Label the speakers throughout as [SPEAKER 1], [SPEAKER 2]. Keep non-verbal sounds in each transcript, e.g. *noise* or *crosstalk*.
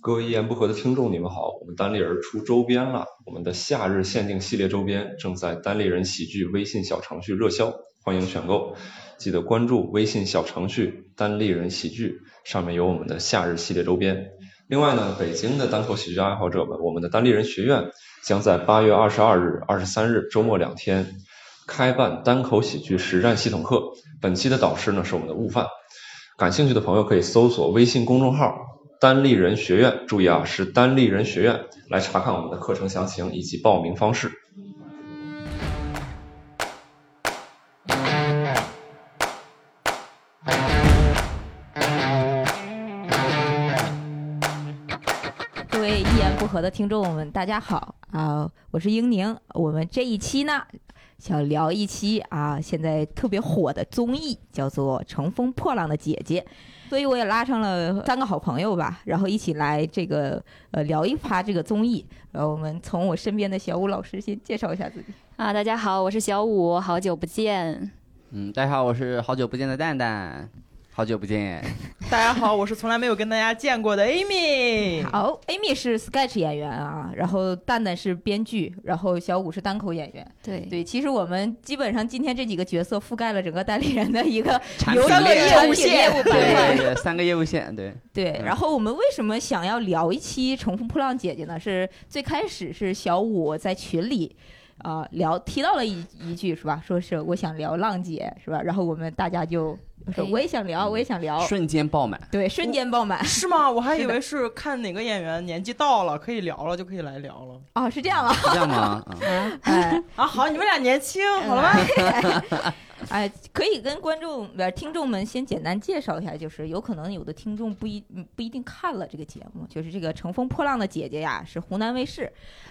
[SPEAKER 1] 各位一言不合的听众，你们好！我们单立人出周边了，我们的夏日限定系列周边正在单立人喜剧微信小程序热销，欢迎选购。记得关注微信小程序“单立人喜剧”，上面有我们的夏日系列周边。另外呢，北京的单口喜剧爱好者们，我们的单立人学院将在八月二十二日、二十三日周末两天开办单口喜剧实战系统课。本期的导师呢是我们的悟饭，感兴趣的朋友可以搜索微信公众号单立人学院，注意啊，是单立人学院，来查看我们的课程详情以及报名方式。
[SPEAKER 2] 各位一言不合的听众们，大家好啊、我是英宁。我们这一期呢，呃想聊一期啊，现在特别火的综艺，叫做《乘风破浪的姐姐》。所以我也拉上了呃三个好朋友吧，然后一起来这个呃聊一趴这个综艺。然后我们从我身边的小武老师先介绍一下自己。
[SPEAKER 3] 啊，大家好，我是小五，好久不见。
[SPEAKER 4] 嗯，大家好，我是好久不见的蛋蛋，好久不见。
[SPEAKER 5] 大家好，我是从来没有跟大家见过的 Amy。
[SPEAKER 2] 好，Amy 是 sketch 演员啊，然后蛋蛋是编剧，然后小五是单口演员。
[SPEAKER 3] 对，
[SPEAKER 2] 对，其实我们基本上今天这几个角色覆盖了整个代理人的一个
[SPEAKER 4] 产
[SPEAKER 2] 游
[SPEAKER 4] 品
[SPEAKER 2] 三
[SPEAKER 5] 三
[SPEAKER 2] 个
[SPEAKER 5] 个
[SPEAKER 2] 业
[SPEAKER 5] 业
[SPEAKER 2] 务
[SPEAKER 5] 务
[SPEAKER 2] 线
[SPEAKER 5] 线
[SPEAKER 2] 业务板
[SPEAKER 4] 对对
[SPEAKER 2] 块。
[SPEAKER 4] 对，三个业务线，对，
[SPEAKER 2] 对，
[SPEAKER 4] 嗯
[SPEAKER 2] 然后我们为什么想要聊一期《乘风破浪姐姐》呢？是最开始是小五在群里。啊、聊提到了一一句是吧？说是我想聊浪姐是吧？然后我们大家就说
[SPEAKER 3] 哎
[SPEAKER 2] 我也想聊，我也想聊，
[SPEAKER 4] 瞬间爆满。
[SPEAKER 2] 对，瞬间爆满
[SPEAKER 5] 是吗？我还
[SPEAKER 2] 是
[SPEAKER 5] 以
[SPEAKER 2] 的
[SPEAKER 5] 为是看哪个演员年纪到了可以聊了，就可以来聊了。
[SPEAKER 2] 哦，是这样啊，
[SPEAKER 4] 是这样吗？嗯
[SPEAKER 2] *laughs*
[SPEAKER 3] 啊，
[SPEAKER 2] 哎
[SPEAKER 5] 啊，好，你们俩年轻，好了吧？
[SPEAKER 2] 哎，可以跟观众呃听众们先简单介绍一下，就是有可能有的听众不一嗯不一定看了这个节目，就是这个《乘风破浪的姐姐》呀，是湖南卫视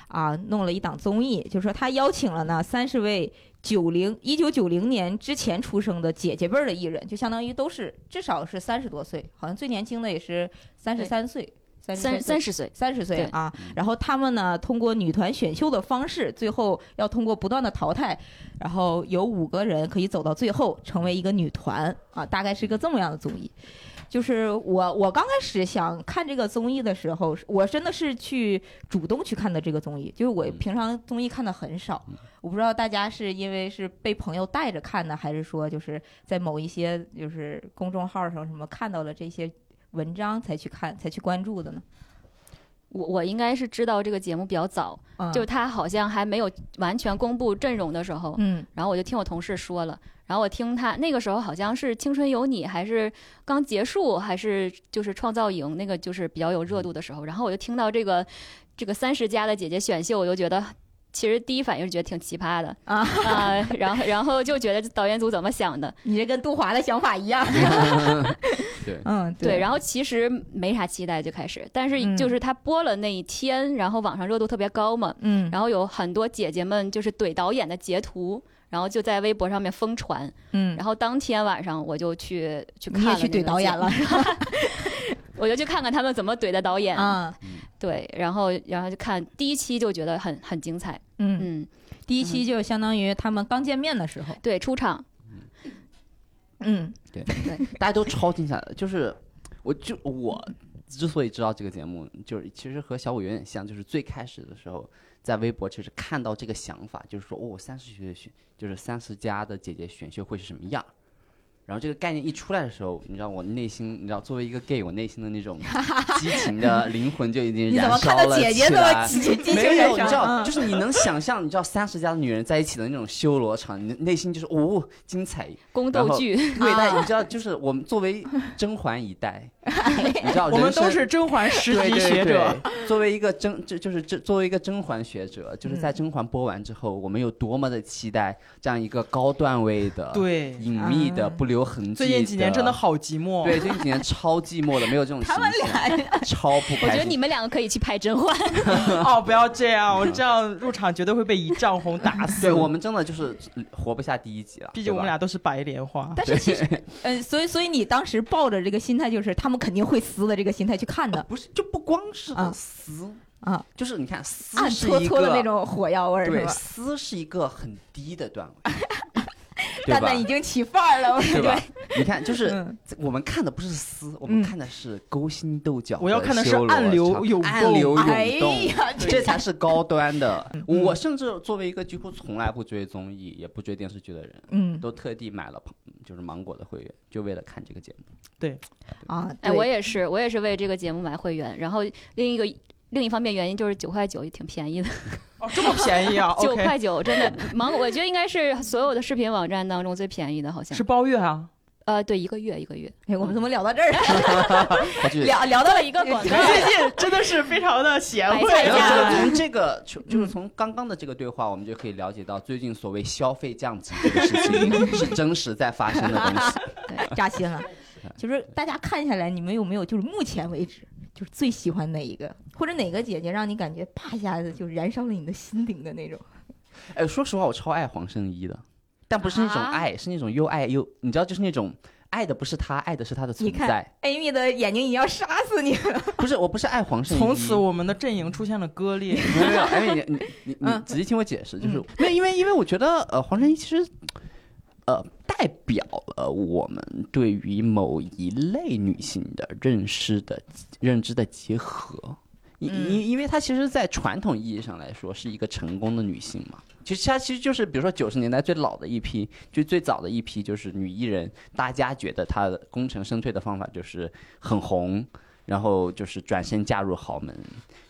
[SPEAKER 2] 啊弄了一档综艺，就说他邀请了呢三十位九零一九九零年之前出生的姐姐辈儿的艺人，就相当于都是至少是三十多岁，好像最年轻的也是三十三岁，三
[SPEAKER 3] 三三十岁，
[SPEAKER 2] 三十岁
[SPEAKER 3] 对
[SPEAKER 2] 啊，然后他们呢，通过女团选秀的方式，最后要通过不断的淘汰，然后有五个人可以走到最后，成为一个女团啊，大概是一个这么样的综艺。就是我，我刚开始想看这个综艺的时候，我真的是去主动去看的这个综艺，就是我
[SPEAKER 4] 嗯
[SPEAKER 2] 平常综艺看的很少，我不知道大家是因为是被朋友带着看的，还是说就是在某一些就是公众号上什么看到了这些文章才去看才去关注的呢？
[SPEAKER 3] 我我应该是知道这个节目比较早，
[SPEAKER 2] 嗯
[SPEAKER 3] 就他好像还没有完全公布阵容的时候，
[SPEAKER 2] 嗯，
[SPEAKER 3] 然后我就听我同事说了，然后我听他那个时候好像是《青春有你》还是刚结束，还是就是创造营那个就是比较有热度的时候，然后我就听到这个这个三十加的姐姐选秀，我就觉得。其实第一反应是觉得挺奇葩的
[SPEAKER 2] 啊
[SPEAKER 3] 啊然后然后就觉得导演组怎么想的，
[SPEAKER 2] 你这跟杜华的想法一样。嗯，
[SPEAKER 3] 对，
[SPEAKER 2] 后
[SPEAKER 3] 然后其实没啥期待就开始，但
[SPEAKER 2] 嗯
[SPEAKER 3] 是就是他播了那一天，然后网上热度特别高嘛，
[SPEAKER 2] 嗯，
[SPEAKER 3] 然后有很多姐姐们就是怼导演的截图，然后就在微博上面疯传，
[SPEAKER 2] 嗯，
[SPEAKER 3] 然后当天晚上我就去去看
[SPEAKER 2] 你也
[SPEAKER 3] 了，
[SPEAKER 2] 去怼导演了，，
[SPEAKER 3] *laughs* 我就去看看他们怎么怼的导演，
[SPEAKER 2] 啊，
[SPEAKER 3] 对，然后然后就看第一期就觉得很很精彩，
[SPEAKER 2] 嗯，
[SPEAKER 3] 嗯，
[SPEAKER 2] 第一期就相当于他们刚见面的时候，
[SPEAKER 3] 对，出场
[SPEAKER 2] 嗯
[SPEAKER 4] 大家都超惊吓的，就是我就我之所以知道这个节目，就是其实和小五有点像，就是最开始的时候在微博就是看到这个想法，就是说哦，三十岁选就是三十加的姐姐选秀会是什么样。然后这个概念一出来的时候，你知道我内心，你知道作为一个 gay，我内心的那
[SPEAKER 2] *laughs*
[SPEAKER 4] 种激情的灵魂就已经
[SPEAKER 2] 你怎
[SPEAKER 4] 燃
[SPEAKER 2] 么
[SPEAKER 4] 烧
[SPEAKER 2] 看到
[SPEAKER 4] 了
[SPEAKER 2] 姐姐
[SPEAKER 4] 起
[SPEAKER 2] 那么
[SPEAKER 4] 来。
[SPEAKER 2] 激激情
[SPEAKER 4] 没有，
[SPEAKER 2] 燃
[SPEAKER 4] 你知道，
[SPEAKER 2] 烧？嗯
[SPEAKER 4] 就是你能想象，你知道三十加的女人在一起的那种修罗场，你内心就是哦，精彩
[SPEAKER 3] 宫
[SPEAKER 4] 然
[SPEAKER 3] 斗
[SPEAKER 4] 后
[SPEAKER 3] 剧，
[SPEAKER 2] 啊
[SPEAKER 4] 对，但你知道，就是我们作为甄嬛一
[SPEAKER 2] *laughs*
[SPEAKER 4] 代，
[SPEAKER 2] 啊
[SPEAKER 4] 你知道，
[SPEAKER 5] 我们
[SPEAKER 4] 人生
[SPEAKER 5] 都是甄嬛十
[SPEAKER 4] 对
[SPEAKER 5] 级
[SPEAKER 4] 对
[SPEAKER 5] 学者。
[SPEAKER 4] 对 *laughs* 作为一个甄，就就是这作为一个甄嬛学者，就是在
[SPEAKER 2] 嗯
[SPEAKER 4] 甄嬛播完之后，我们有多么的期待这样一个高段位的、
[SPEAKER 5] 对，
[SPEAKER 4] 隐秘的、
[SPEAKER 2] 啊
[SPEAKER 4] 不留痕迹。
[SPEAKER 5] 最近几年真的。好寂寞。
[SPEAKER 4] 对，最近几年超寂寞的，没有这种形
[SPEAKER 2] 他们
[SPEAKER 4] 象，
[SPEAKER 2] 俩
[SPEAKER 4] 超不
[SPEAKER 3] *laughs* 我
[SPEAKER 4] 开
[SPEAKER 3] 觉
[SPEAKER 4] 心。
[SPEAKER 3] 得你们两个可以去拍甄嬛，
[SPEAKER 5] 哦，不要这样，我这样入场绝对会被一丈红打死。
[SPEAKER 4] 对我们真的就是活不下第一集了。
[SPEAKER 5] 毕竟我们俩都是白莲花。
[SPEAKER 2] 但是其实，嗯，所以所以你当时抱着这个心态，就是他们肯定会撕的这个心态去看的
[SPEAKER 4] 不是，就不光是
[SPEAKER 2] 啊
[SPEAKER 4] 撕，
[SPEAKER 2] 啊，
[SPEAKER 4] 就是你看撕
[SPEAKER 2] 暗
[SPEAKER 4] 是
[SPEAKER 2] 搓
[SPEAKER 4] 一
[SPEAKER 2] 搓的
[SPEAKER 4] 个
[SPEAKER 2] 那种火药味儿是
[SPEAKER 4] 对，
[SPEAKER 2] 吧？
[SPEAKER 4] 丝是一个很低的段位，对
[SPEAKER 2] 蛋
[SPEAKER 4] 吧
[SPEAKER 2] 蛋已？经起范儿了，
[SPEAKER 4] 对吧？你看，就是
[SPEAKER 2] 嗯，
[SPEAKER 4] 我们看的不是丝，我们
[SPEAKER 2] 嗯
[SPEAKER 4] 看的是勾心斗角修罗场，
[SPEAKER 5] 我要看的是暗流涌动
[SPEAKER 4] 暗流
[SPEAKER 2] 哎
[SPEAKER 4] 涌动。
[SPEAKER 2] 呀，
[SPEAKER 4] 这才是高端的。
[SPEAKER 2] 嗯
[SPEAKER 4] 我甚至作为一个几乎从来不追综艺也不追电视剧的人，
[SPEAKER 2] 嗯
[SPEAKER 4] 都特地买了就是芒果的会员，就为了看这个节目。
[SPEAKER 2] 啊，
[SPEAKER 3] 哎，
[SPEAKER 2] 对
[SPEAKER 3] 我也是，我也是为这个节目买会员，然后另一个。另一方面原因就是九块九也挺便宜的，
[SPEAKER 5] 哦，这么便 *laughs* 宜啊
[SPEAKER 3] 九
[SPEAKER 5] ？OK，
[SPEAKER 3] 块九真的芒果，我觉得应该是所有的视频网站当中最便宜的，好像
[SPEAKER 5] 是包月啊？
[SPEAKER 3] 呃，对，一个月一个月。
[SPEAKER 2] 哎，我们怎么聊到这儿了？
[SPEAKER 4] 他就
[SPEAKER 2] 聊聊到了
[SPEAKER 3] 一个广告
[SPEAKER 5] 哎最近真的是非常的贤惠
[SPEAKER 3] 白菜
[SPEAKER 4] 然
[SPEAKER 3] 价
[SPEAKER 5] 啊。
[SPEAKER 4] 后就是从这个，就就是从刚刚的这个对话，我们就可以了解到最近所谓消费降级这个事情是真实在发生的东西。
[SPEAKER 2] *laughs* 扎心了。就是大家看下来，你们有没有就是目前为止就是最喜欢哪一个，或者哪个姐姐让你感觉啪一下子就燃烧了你的心灵的那种？
[SPEAKER 4] 哎，说实话，我超爱黄圣依的，但不是那种
[SPEAKER 3] 啊
[SPEAKER 4] 爱，是那种又爱又，你知道，就是那种爱的不是他，爱的是他的存
[SPEAKER 2] 你看
[SPEAKER 4] 在。
[SPEAKER 2] ，Amy 的眼睛也要杀死你了。
[SPEAKER 4] 不是，我不是爱黄圣依。
[SPEAKER 5] 从此我们的阵营出现了割 *laughs* 裂。
[SPEAKER 4] 没有没有，哎，你你你你
[SPEAKER 2] 嗯
[SPEAKER 4] 仔细听我解释，就是
[SPEAKER 2] 嗯
[SPEAKER 4] 没有，因为因为我觉得呃，黄圣依其实呃代表了我们对于某一类女性的认识的认知的结合。因
[SPEAKER 2] 嗯
[SPEAKER 4] 因因为她其实，在传统意义上来说，是一个成功的女性嘛。其实她其实就是，比如说九十年代最老的一批，就最早的一批，就是女艺人，大家觉得她的功成身退的方法就是很红，然后就是转身嫁入豪门，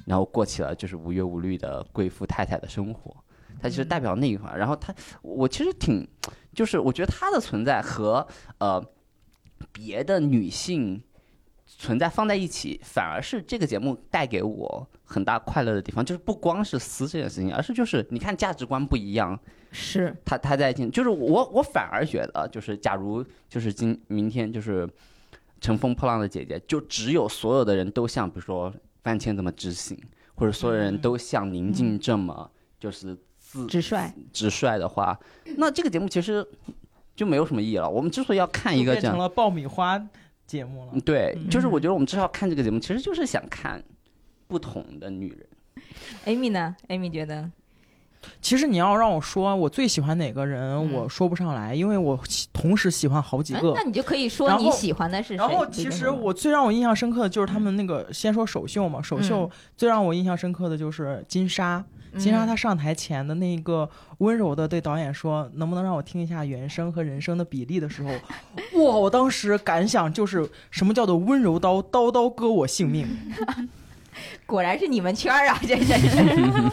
[SPEAKER 4] 然后过起了就是无忧无虑的贵妇太太的生活。她其实代表那一块儿，然后她，我其实挺，就是我觉得她的存在和呃别的女性存在放在一起，反而是这个节目带给我很大快乐的地方，就是不光是撕这件事情，而是就是你看价值观不一样，
[SPEAKER 2] 是，
[SPEAKER 4] 他他在进，就是我我反而觉得，啊就是假如就是今明天就是乘风破浪的姐姐，就只有所有的人都像比如说范倩这么知性，或者所有人都像宁静这么就是自
[SPEAKER 2] 直率，
[SPEAKER 4] 直率的话，那这个节目其实就没有什么意义了。我们之所以要看一个
[SPEAKER 5] 变
[SPEAKER 4] 这样
[SPEAKER 5] 成了爆米花节目了。
[SPEAKER 4] 对，
[SPEAKER 5] 嗯
[SPEAKER 4] 就是我觉得我们至少看这个节目，其实就是想看不同的女人。
[SPEAKER 2] Amy 呢？Amy 觉得，
[SPEAKER 5] 其实你要让我说我最喜欢哪个人，
[SPEAKER 2] 嗯
[SPEAKER 5] 我说不上来，因为我喜同时喜欢好几
[SPEAKER 2] 哎
[SPEAKER 5] 个
[SPEAKER 2] 那。你就可以说
[SPEAKER 5] 然后
[SPEAKER 2] 你喜欢的是谁。
[SPEAKER 5] 然后
[SPEAKER 2] 你觉
[SPEAKER 5] 其
[SPEAKER 2] 得
[SPEAKER 5] 实
[SPEAKER 2] 呢
[SPEAKER 5] 我最让我印象深刻的就是他们那个，先说首秀嘛，首秀
[SPEAKER 2] 嗯
[SPEAKER 5] 最让我印象深刻的就是金莎，金莎她上台前的那个温柔的对导演说，能不能让我听一下原声和人声的比例的时候， *laughs* 哇，我当时感想就是什么叫做温柔刀，刀刀割我性命，
[SPEAKER 2] 嗯果然是你们圈儿啊，
[SPEAKER 5] *laughs*
[SPEAKER 2] 这这是
[SPEAKER 5] 真的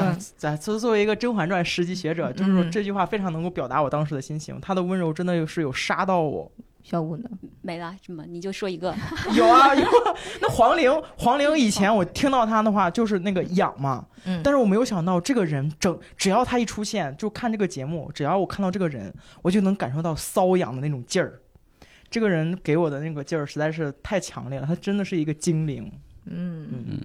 [SPEAKER 2] 嗯，
[SPEAKER 5] 咱作作为一个《甄嬛传》十级学者，就是说
[SPEAKER 2] 嗯
[SPEAKER 5] 这句话非常能够表达我当时的心情。她的温柔真的是有杀到
[SPEAKER 2] *laughs*
[SPEAKER 5] 我。
[SPEAKER 2] 小五呢？
[SPEAKER 3] 没了，什么你就说一个，
[SPEAKER 5] 有啊有啊。那黄龄，黄龄以前我听到她的话就是那个痒嘛，
[SPEAKER 2] 嗯
[SPEAKER 5] 但是我没有想到这个人整，只要她一出现，就看这个节目，只要我看到这个人，我就能感受到瘙痒的那种劲儿。这个人给我的那个劲儿实在是太强烈了，他真的是一个精灵。
[SPEAKER 2] 嗯，
[SPEAKER 5] 嗯，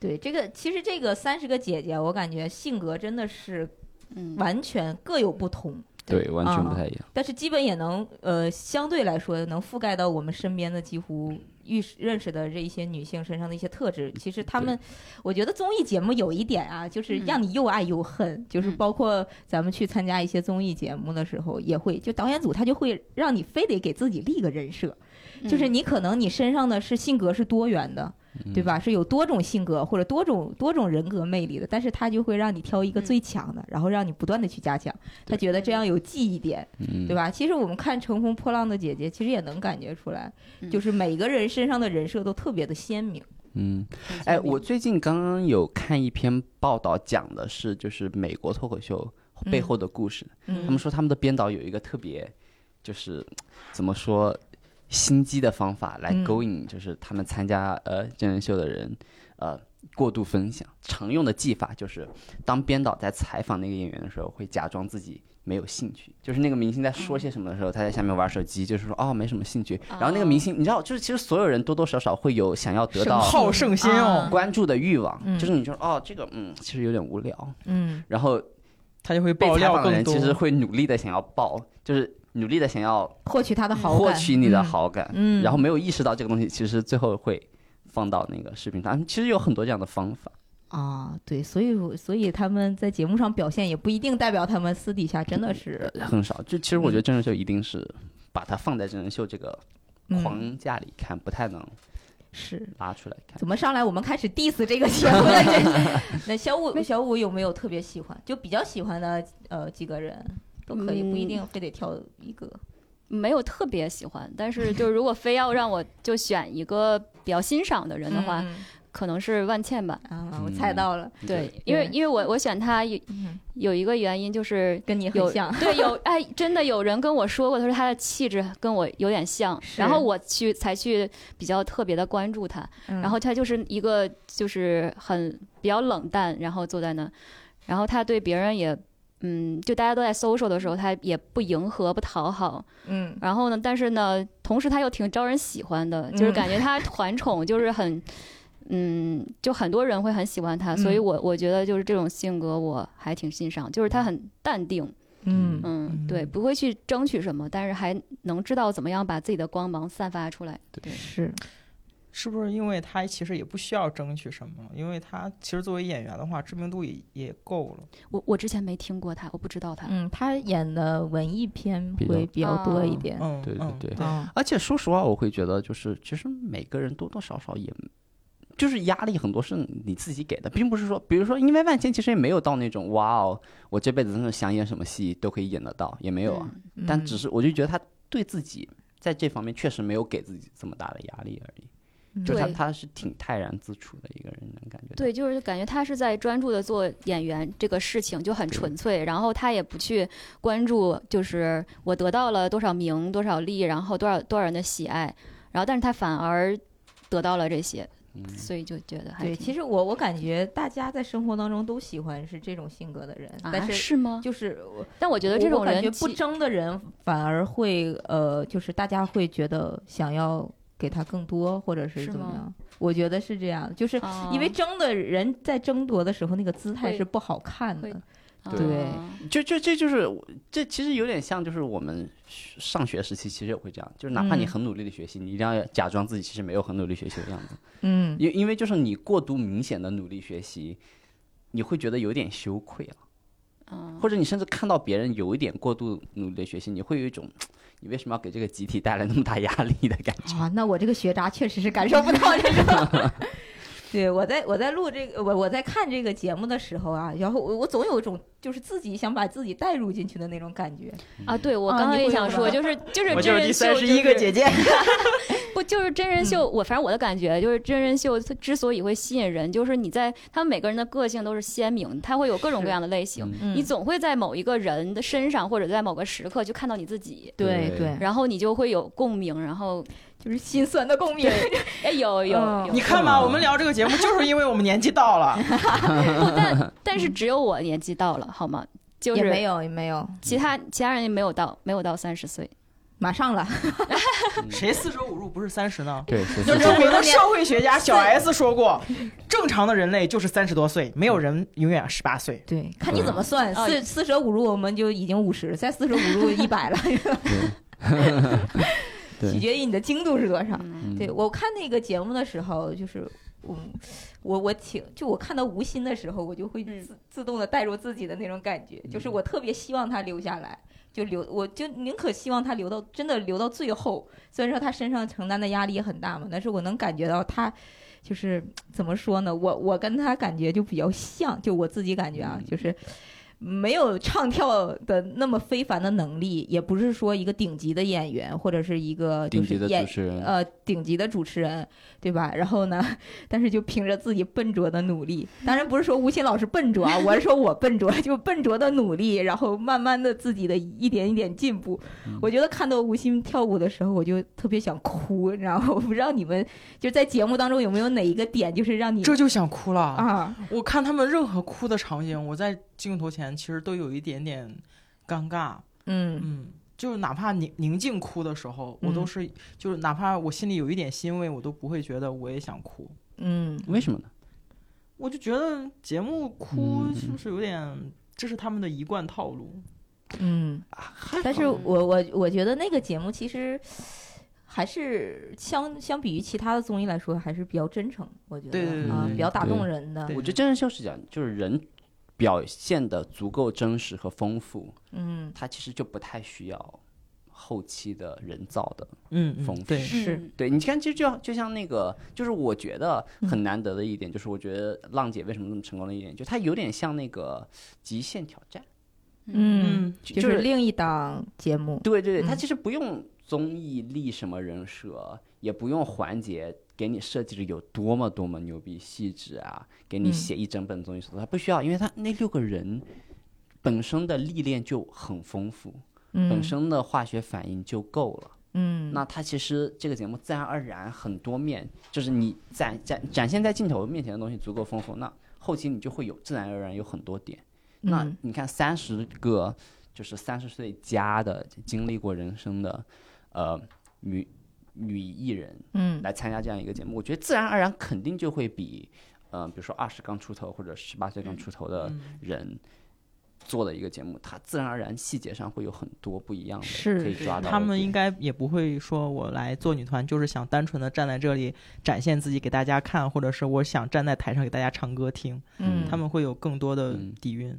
[SPEAKER 2] 对，这个其实这个三十个姐姐，我感觉性格真的是
[SPEAKER 3] 嗯，
[SPEAKER 2] 完全各有不同。
[SPEAKER 4] 对，嗯完
[SPEAKER 2] 全不
[SPEAKER 4] 太一样。
[SPEAKER 2] 但是基本也能呃，相对来说能覆盖到我们身边的几乎遇认识的这一些女性身上的一些特质。其实她们，我觉得综艺节目有一点啊，就是
[SPEAKER 3] 嗯
[SPEAKER 2] 让你又爱又恨，就是
[SPEAKER 3] 嗯
[SPEAKER 2] 包括咱们去参加一些综艺节目的时候，也会就导演组他就会让你非得给自己立个人设，
[SPEAKER 3] 嗯
[SPEAKER 2] 就是你可能你身上的是性格是多元的，
[SPEAKER 3] 嗯
[SPEAKER 2] 对吧？是有多种性格或者多种多种人格魅力的，但是他就会让你挑一个
[SPEAKER 3] 嗯
[SPEAKER 2] 最强的，然后让你不断的去加强，他觉得这样有记忆点，
[SPEAKER 4] 嗯
[SPEAKER 2] 对吧？其实我们看《乘风破浪的姐姐》，其实也能感觉出来，
[SPEAKER 3] 嗯
[SPEAKER 2] 就是每个人身上的人设都特别的鲜明。
[SPEAKER 4] 嗯，
[SPEAKER 2] 很鲜
[SPEAKER 4] 哎，
[SPEAKER 2] 明
[SPEAKER 4] 我最近刚刚有看一篇报道，讲的是就是美国脱口秀背后的故事。他们
[SPEAKER 2] 嗯
[SPEAKER 4] 说他们的编导有一个特别，就是怎么说心机的方法来
[SPEAKER 2] 嗯
[SPEAKER 4] 勾引，就是他们参加呃真人秀的人，呃过度分享。常用的技法就是，当编导在采访那个演员的时候，会假装自己。没有兴趣，就是那个明星在说
[SPEAKER 2] 嗯
[SPEAKER 4] 些什么的时候，他在下面玩手机，就是说哦没什么兴趣。然后
[SPEAKER 2] 哦
[SPEAKER 4] 那个明星，你知道，就是其实所有人多多少少会有想要得
[SPEAKER 2] 是
[SPEAKER 4] 到
[SPEAKER 5] 好胜心哦
[SPEAKER 2] 啊，
[SPEAKER 4] 关注的欲望，
[SPEAKER 2] 嗯
[SPEAKER 4] 就是你说哦，这个嗯，其实有点无聊，
[SPEAKER 2] 嗯
[SPEAKER 4] 然后
[SPEAKER 5] 他就会
[SPEAKER 4] 被
[SPEAKER 5] 爆
[SPEAKER 4] 采
[SPEAKER 5] 料
[SPEAKER 4] 访的
[SPEAKER 5] 更
[SPEAKER 4] 人
[SPEAKER 5] 多。
[SPEAKER 4] 其实会努力的想要爆，就是努力的想要
[SPEAKER 2] 获取他的好
[SPEAKER 4] 获
[SPEAKER 2] 感，
[SPEAKER 4] 取你的好感，
[SPEAKER 2] 嗯，嗯，
[SPEAKER 4] 然后没有意识到这个东西，其实最后会放到那个视频上。其实有很多这样的方法，
[SPEAKER 2] 啊，对，所以我所以他们在节目上表现也不一定代表他们私底下真的是
[SPEAKER 4] 很少。就其实我觉得真人秀一定是把它放在真人秀这个
[SPEAKER 2] 嗯
[SPEAKER 4] 框架里看，不太能
[SPEAKER 2] 是。
[SPEAKER 4] 拉出来看
[SPEAKER 2] 怎。么上来我们开始 diss 这个节目了？真是
[SPEAKER 4] *laughs*
[SPEAKER 2] 那小五小五有没有特别喜欢，就比较喜欢的呃几个人都可以，不一
[SPEAKER 3] 嗯
[SPEAKER 2] 定非得挑一个。
[SPEAKER 3] 没有特别喜欢，但是就如果非要让我就选一个比较欣赏的人的话，
[SPEAKER 2] 嗯
[SPEAKER 3] 可能是万茜吧。
[SPEAKER 2] 嗯啊，我猜到了，
[SPEAKER 3] 对，因为
[SPEAKER 2] 对
[SPEAKER 3] 因为我我选她有
[SPEAKER 2] 嗯
[SPEAKER 3] 有一个原因就是
[SPEAKER 2] 跟你
[SPEAKER 3] 有
[SPEAKER 2] 很像。
[SPEAKER 3] 对，有哎，真的有人跟我说过，他说他的气质跟我有点像，
[SPEAKER 2] 是
[SPEAKER 3] 然后我去才去比较特别的关注他，然
[SPEAKER 2] 然
[SPEAKER 3] 后他就是一个就是很比较冷淡，然后坐在那，然后他对别人也。嗯，就大家都在 social 的时候，他也不迎合、不讨好，
[SPEAKER 2] 嗯，
[SPEAKER 3] 然后呢，但是呢，同时他又挺招人喜欢的，就是
[SPEAKER 2] 嗯
[SPEAKER 3] 感觉他团宠，就是很，嗯，就很多人会很喜欢他，所以
[SPEAKER 2] 嗯
[SPEAKER 3] 我我觉得就是这种性格我还挺欣赏，就是他很淡定，
[SPEAKER 2] 嗯
[SPEAKER 3] 嗯，对，
[SPEAKER 5] 嗯
[SPEAKER 3] 不会去争取什么，但是还能知道怎么样把自己的光芒散发出来。对
[SPEAKER 2] 是，
[SPEAKER 5] 是不是因为他其实也不需要争取什么？因为他其实作为演员的话，知名度也也够了。
[SPEAKER 3] 我我之前没听过他，我不知道他。
[SPEAKER 2] 嗯，他演的文艺片
[SPEAKER 4] 比较
[SPEAKER 2] 会比较多一
[SPEAKER 3] 哦
[SPEAKER 2] 点。
[SPEAKER 5] 嗯，
[SPEAKER 4] 对对
[SPEAKER 5] 嗯
[SPEAKER 4] 对
[SPEAKER 2] 嗯
[SPEAKER 4] 而且说实话，我会觉得就是其实每个人多多少少也。就是压力很多是你自己给的，并不是说，比如说，因为万千其实也没有到那种哇哦，我这辈子真的想演什么戏都可以演得到，也没有
[SPEAKER 3] 嗯
[SPEAKER 4] 啊。但
[SPEAKER 2] 嗯
[SPEAKER 4] 只是我就觉得他对自己在这方面确实没有给自己这么大的压力而已，
[SPEAKER 2] 嗯
[SPEAKER 4] 就是他
[SPEAKER 3] 对
[SPEAKER 4] 他是挺泰然自处的一个人，能感觉到。
[SPEAKER 3] 对，就是感觉他是在专注的做演员这个事情，就很纯粹，然后他也不去关注，就是我得到了多少名、多少利，然后多少多少人的喜爱，然后但是他反而得到了这些，
[SPEAKER 5] 嗯
[SPEAKER 3] 所以就觉得还
[SPEAKER 2] 对，其
[SPEAKER 3] 实
[SPEAKER 2] 实我我感觉大家在生活当中都喜欢是这种性格的人，但
[SPEAKER 3] 啊
[SPEAKER 2] 是
[SPEAKER 3] 是吗？
[SPEAKER 2] 就是我
[SPEAKER 3] 但我觉得这
[SPEAKER 2] 我
[SPEAKER 3] 种
[SPEAKER 2] 感觉
[SPEAKER 3] 人
[SPEAKER 2] 不
[SPEAKER 3] 其
[SPEAKER 2] 争的人反而会呃，就是大家会觉得想要给他更多，或者是哦
[SPEAKER 3] 是
[SPEAKER 2] 怎么
[SPEAKER 3] 吗
[SPEAKER 2] 样？我觉得是这样，就是
[SPEAKER 3] 啊
[SPEAKER 2] 因为争的人在争夺的时候，那个姿态
[SPEAKER 3] 会
[SPEAKER 2] 是不好看的
[SPEAKER 3] 会。
[SPEAKER 2] 对
[SPEAKER 3] 啊
[SPEAKER 4] 就就这就是我这其实有点像就是我们上学时期，其实也会这样，就是哪怕你
[SPEAKER 2] 嗯
[SPEAKER 4] 很努力的学习，你一定要假装自己其实没有很努力学习的样子，
[SPEAKER 2] 嗯，
[SPEAKER 4] 因因为就是你过度明显的努力学习，你会觉得有点羞愧啊，
[SPEAKER 3] 嗯
[SPEAKER 4] 或者你甚至看到别人有一点过度努力的学习，你会有一种你为什么要给这个集体带来那么大压力的感觉？
[SPEAKER 2] 啊，那我这个学渣确实是感受不 *laughs* 到这种。对，我在我在录这个，我我在看这个节目的时候啊，然后我我总有一种就是自己想把自己带入进去的那种感觉。
[SPEAKER 3] 啊，对我
[SPEAKER 2] 啊
[SPEAKER 3] 刚刚
[SPEAKER 2] 你
[SPEAKER 3] 也
[SPEAKER 2] 会
[SPEAKER 3] 想
[SPEAKER 2] 有
[SPEAKER 3] 说，
[SPEAKER 2] 吗
[SPEAKER 3] 就是就是真
[SPEAKER 5] 我就是
[SPEAKER 3] 人
[SPEAKER 5] 第
[SPEAKER 3] 秀
[SPEAKER 5] 三十一
[SPEAKER 3] 就
[SPEAKER 5] 个
[SPEAKER 3] 是
[SPEAKER 5] 姐姐，
[SPEAKER 3] 不就是真人秀？我反正我的感觉就是真人秀它之所以会吸引人，就是你在他们每个人的个性都是鲜明，他会有各种各样的类型，
[SPEAKER 4] 嗯
[SPEAKER 2] 嗯
[SPEAKER 3] 你总会在某一个人的身上或者在某个时刻就看到你自己。
[SPEAKER 2] 对
[SPEAKER 4] 对
[SPEAKER 2] 对，
[SPEAKER 3] 然后你就会有共鸣，然后
[SPEAKER 2] 就是心酸的共鸣。
[SPEAKER 3] 哎有有
[SPEAKER 2] 嗯
[SPEAKER 3] 有，
[SPEAKER 5] *laughs* 你看吧，我们聊这个节目就是因为我们年纪到 *laughs* 了，
[SPEAKER 3] 不但但是只有我年纪到了，好吗？就
[SPEAKER 2] 也没
[SPEAKER 3] 是
[SPEAKER 2] 有也没有，
[SPEAKER 3] 其他其他人也没有到没有到三十岁，
[SPEAKER 2] 马上了。
[SPEAKER 5] 谁四舍五入不是三十呢？
[SPEAKER 4] 对，
[SPEAKER 5] 就是是著名的社会学家小 S 说过，正常的人类就是三十多岁，没有人永远十八岁。
[SPEAKER 2] 对，看你怎么算，
[SPEAKER 3] 嗯
[SPEAKER 2] 四四舍五入我们就已经五十，再四舍五入一 *laughs* 百了，
[SPEAKER 4] 对
[SPEAKER 2] 取决于你的精度是多少。
[SPEAKER 3] 嗯
[SPEAKER 2] 对我看那个节目的时候，就是嗯，我我挺就我看到吴昕的时候，我就会
[SPEAKER 3] 嗯
[SPEAKER 2] 自、自动的带入自己的那种感觉，
[SPEAKER 4] 嗯
[SPEAKER 2] 就是我特别希望他留下来。就留，我就宁可希望他留到真的留到最后。虽然说他身上承担的压力也很大嘛，但是我能感觉到他，就是怎么说呢？我我跟他感觉就比较像，就我自己感觉
[SPEAKER 4] 嗯
[SPEAKER 2] 啊，就是没有唱跳的那么非凡的能力，也不是说一个顶级的演员或者是一个就
[SPEAKER 4] 顶
[SPEAKER 2] 是
[SPEAKER 4] 级的
[SPEAKER 2] 演
[SPEAKER 4] 主持人，
[SPEAKER 2] 呃顶级的主持人，对吧？然后呢，但是就凭着自己笨拙的努力，当然不是说吴昕老师笨拙啊，我是说我笨拙，就笨拙的努力，然后慢慢的自己的一点一点进步。我觉得看到吴昕跳舞的时候，我就特别想哭，你知道吗？ *laughs* 我不知道你们就在节目当中有没有哪一个点，就是让你
[SPEAKER 5] 这就想哭了！
[SPEAKER 2] 啊，
[SPEAKER 5] 我看他们任何哭的场景，我在镜头前其实都有一点点尴尬。
[SPEAKER 2] 嗯
[SPEAKER 5] 嗯，就是哪怕宁宁静哭的时候，我
[SPEAKER 2] 嗯
[SPEAKER 5] 都是、就是哪怕我心里有一点欣慰，我都不会觉得我也想哭。
[SPEAKER 2] 嗯，
[SPEAKER 4] 为什
[SPEAKER 2] *laughs*
[SPEAKER 4] 么呢？
[SPEAKER 5] 我就觉得节目哭
[SPEAKER 4] 嗯
[SPEAKER 5] 是不是有点，这是他们的一贯套路。
[SPEAKER 2] 嗯，
[SPEAKER 4] 啊
[SPEAKER 2] 但是我我我觉得那个节目其实还是相相比于其他的综艺来说，还是比较真诚，我觉得
[SPEAKER 5] 对对对
[SPEAKER 2] 啊，
[SPEAKER 5] 对
[SPEAKER 2] 比较打动
[SPEAKER 4] 对
[SPEAKER 2] 人的
[SPEAKER 5] 对，
[SPEAKER 4] 我觉得真人秀是这样，就是人表现的足够真实和丰富，
[SPEAKER 2] 嗯
[SPEAKER 4] 他其实就不太需要后期的人造的。
[SPEAKER 5] 嗯嗯
[SPEAKER 4] 丰富
[SPEAKER 5] 对，
[SPEAKER 2] 是
[SPEAKER 3] 嗯
[SPEAKER 4] 对，你看，其实就就像那个，就是我觉得
[SPEAKER 2] 嗯
[SPEAKER 4] 很难得的一点，就是我觉得浪姐为什么这么成功的一点，就它有点像那个《极限挑战》
[SPEAKER 2] 嗯，
[SPEAKER 4] 就，
[SPEAKER 2] 就
[SPEAKER 4] 就是
[SPEAKER 2] 另一档节目，
[SPEAKER 4] 对对对，它
[SPEAKER 2] 嗯
[SPEAKER 4] 其实不用综艺立什么人设，也不用环节给你设计的有多么多么牛逼细致啊，给你
[SPEAKER 2] 嗯
[SPEAKER 4] 写一整本综艺手册，它不需要，因为它那六个人本身的历练就很丰富，
[SPEAKER 2] 嗯
[SPEAKER 4] 本身的化学反应就够了。
[SPEAKER 2] 嗯，
[SPEAKER 4] 那它其实这个节目自然而然很多面，就是你展展展现在镜头面前的东西足够丰富，那后期你就会有自然而然有很多点。那
[SPEAKER 2] 嗯
[SPEAKER 4] 你看三十个就是三十岁加的经历过人生的呃女女艺人
[SPEAKER 2] 嗯
[SPEAKER 4] 来参加这样一个节目，我觉得自然而然肯定就会比呃比如说二十刚出头或者十八岁
[SPEAKER 2] 嗯
[SPEAKER 4] 刚出头的人。做的一个节目，它自然而然细节上会有很多不一样的，
[SPEAKER 2] 是
[SPEAKER 4] 可以抓到的
[SPEAKER 5] 嗯他们
[SPEAKER 4] 点
[SPEAKER 5] 应该也不会说我来做女团就是想单纯的站在这里展现自己给大家看，或者是我想站在台上给大家唱歌听，
[SPEAKER 2] 嗯，
[SPEAKER 5] 他们会有更多的
[SPEAKER 4] 嗯
[SPEAKER 5] 底蕴。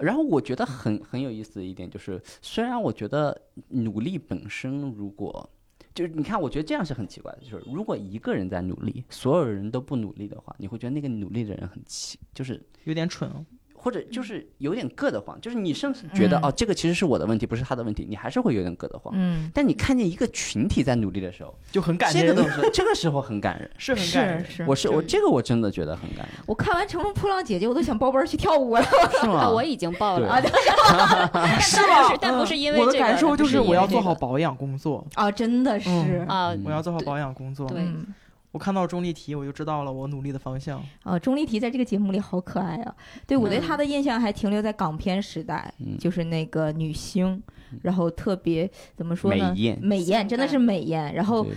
[SPEAKER 4] 然后我觉得很很有意思的一点就是，虽然我觉得努力本身，如果就是你看，我觉得这样是很奇怪的，就是如果一个人在努力，所有人都不努力的话，你会觉得那个努力的人很奇，就是
[SPEAKER 5] 有点蠢哦，
[SPEAKER 4] 或者就是有点硌得慌，就是你甚至觉得、
[SPEAKER 2] 嗯
[SPEAKER 4] 哦，这个其实是我的问题，不是他的问题，你还是会有点硌得慌。
[SPEAKER 2] 嗯
[SPEAKER 4] 但你看见一个群体在努力的时候，
[SPEAKER 5] 就很感
[SPEAKER 4] 这个
[SPEAKER 5] 人，
[SPEAKER 4] 东西，这个时候很感人。
[SPEAKER 5] 是很感
[SPEAKER 2] 是
[SPEAKER 5] 人。
[SPEAKER 2] 是，
[SPEAKER 4] 我是我这个我真的觉得很
[SPEAKER 2] *laughs*
[SPEAKER 4] 感人，
[SPEAKER 2] 我看完《乘风破浪》姐姐，我都想包班去跳舞了。
[SPEAKER 4] 是
[SPEAKER 2] 哦
[SPEAKER 3] 啊，
[SPEAKER 4] 吗？
[SPEAKER 3] 我已经报了，
[SPEAKER 4] 对
[SPEAKER 3] 啊
[SPEAKER 2] *laughs*
[SPEAKER 3] 但是但不是但不是因为
[SPEAKER 5] 啊嗯我的
[SPEAKER 3] 这个
[SPEAKER 5] 感受
[SPEAKER 3] 但不
[SPEAKER 5] 就是
[SPEAKER 3] 因
[SPEAKER 5] 我
[SPEAKER 3] 为
[SPEAKER 5] 要
[SPEAKER 3] 这
[SPEAKER 5] 做
[SPEAKER 3] 个
[SPEAKER 5] 好保养工作，
[SPEAKER 2] 啊，真的是
[SPEAKER 5] 嗯
[SPEAKER 3] 啊，
[SPEAKER 5] 我要做好保养工作。
[SPEAKER 3] 对
[SPEAKER 2] 嗯
[SPEAKER 5] 我看到钟丽缇，我就知道了我努力的方向。
[SPEAKER 2] 啊，钟丽缇在这个节目里好可爱啊！对我对她的印象还停留在港片时代，
[SPEAKER 4] 嗯
[SPEAKER 2] 就是那个女星，然后特别怎么说
[SPEAKER 4] 美
[SPEAKER 2] 呢？
[SPEAKER 4] 艳。
[SPEAKER 2] 美艳真的是美艳。然后
[SPEAKER 4] 对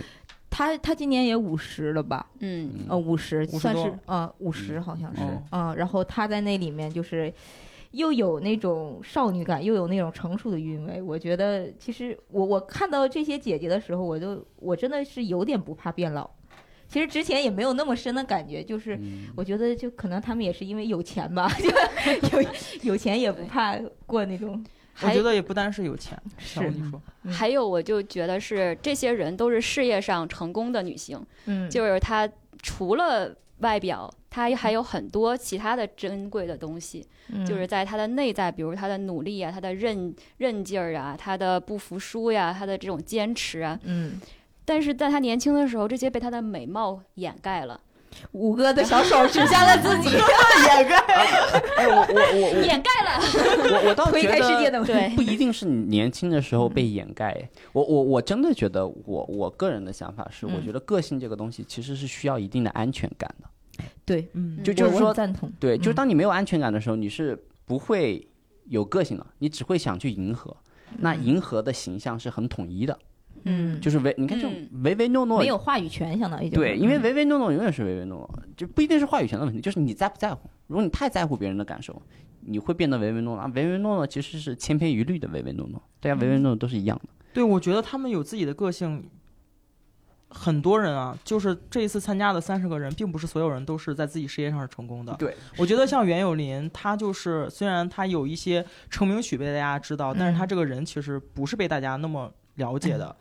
[SPEAKER 2] 她她今年也五十了吧？
[SPEAKER 3] 嗯
[SPEAKER 2] 呃，五十
[SPEAKER 5] 50
[SPEAKER 2] 算
[SPEAKER 5] 多
[SPEAKER 2] 是呃五十好像是
[SPEAKER 4] 嗯
[SPEAKER 5] 哦，
[SPEAKER 2] 嗯。然后她在那里面就是又有那种少女感，又有那种成熟的韵味。我觉得其实我我看到这些姐姐的时候，我就我真的是有点不怕变老。其实之前也没有那么深的感觉，就是
[SPEAKER 4] 嗯
[SPEAKER 2] 我觉得就可能他们也是因为有钱 *laughs* 吧，就有有钱也不怕过那种
[SPEAKER 5] 我
[SPEAKER 3] 还
[SPEAKER 5] 觉得也不单是有钱，
[SPEAKER 2] 是
[SPEAKER 5] 像你说，
[SPEAKER 2] 嗯
[SPEAKER 3] 还有，我就觉得是这些人都是事业上成功的女性，
[SPEAKER 2] 嗯
[SPEAKER 3] 就是她除了外表，她还有很多其他的珍贵的东西，
[SPEAKER 2] 嗯
[SPEAKER 3] 就是在她的内在，比如她的努力啊，她的韧韧劲儿啊，她的不服输呀、她的这种坚持啊。
[SPEAKER 2] 嗯
[SPEAKER 3] 但是在她年轻的时候，这些被她的美貌掩盖了，
[SPEAKER 2] 五哥的小手指向了自 *laughs* 己，掩盖
[SPEAKER 4] 哎，我我我我
[SPEAKER 3] 掩盖了。
[SPEAKER 2] *laughs*
[SPEAKER 4] 我我倒
[SPEAKER 2] 推
[SPEAKER 4] 觉
[SPEAKER 2] 开
[SPEAKER 4] 得
[SPEAKER 2] 世界的门嗯
[SPEAKER 3] *laughs* 对
[SPEAKER 4] 不一定是你年轻的时候被掩盖。我我我真的觉得我，我个人的想法是，我
[SPEAKER 2] 嗯
[SPEAKER 4] 觉得个性这个东西其实是需要一定的安全感的。
[SPEAKER 2] 对，
[SPEAKER 5] 嗯，
[SPEAKER 4] 就就是
[SPEAKER 2] 我
[SPEAKER 4] 说
[SPEAKER 2] 很赞同，
[SPEAKER 4] 对，就是
[SPEAKER 2] 嗯
[SPEAKER 4] 当你没有安全感的时候，你是不会有个性的，你只会想去迎合。那
[SPEAKER 2] 嗯
[SPEAKER 4] 迎合的形象是很统一的，
[SPEAKER 2] 嗯
[SPEAKER 4] 就是唯你看这种
[SPEAKER 3] 嗯
[SPEAKER 4] 唯唯诺诺
[SPEAKER 2] 没，有话语权，相当于就是
[SPEAKER 4] 对，因为
[SPEAKER 2] 嗯
[SPEAKER 4] 唯唯诺诺永远是唯唯诺诺，就不一定是话语权的问题，就是你在不在乎。如果你太在乎别人的感受，你会变得唯唯诺诺。啊唯唯诺诺其实是千篇一律的唯唯诺诺，大
[SPEAKER 2] 嗯
[SPEAKER 4] 家唯唯诺诺都是一样的。
[SPEAKER 5] 对，我觉得他们有自己的个性。很多人啊，就是这一次参加的三十个人，并不是所有人都是在自己事业上是成功的。
[SPEAKER 4] 对，
[SPEAKER 5] 我觉得像袁咏琳，她就是虽然她有一些成名曲被大家知道，
[SPEAKER 3] 嗯
[SPEAKER 5] 但是她这个人其实不是被大家那么了解的。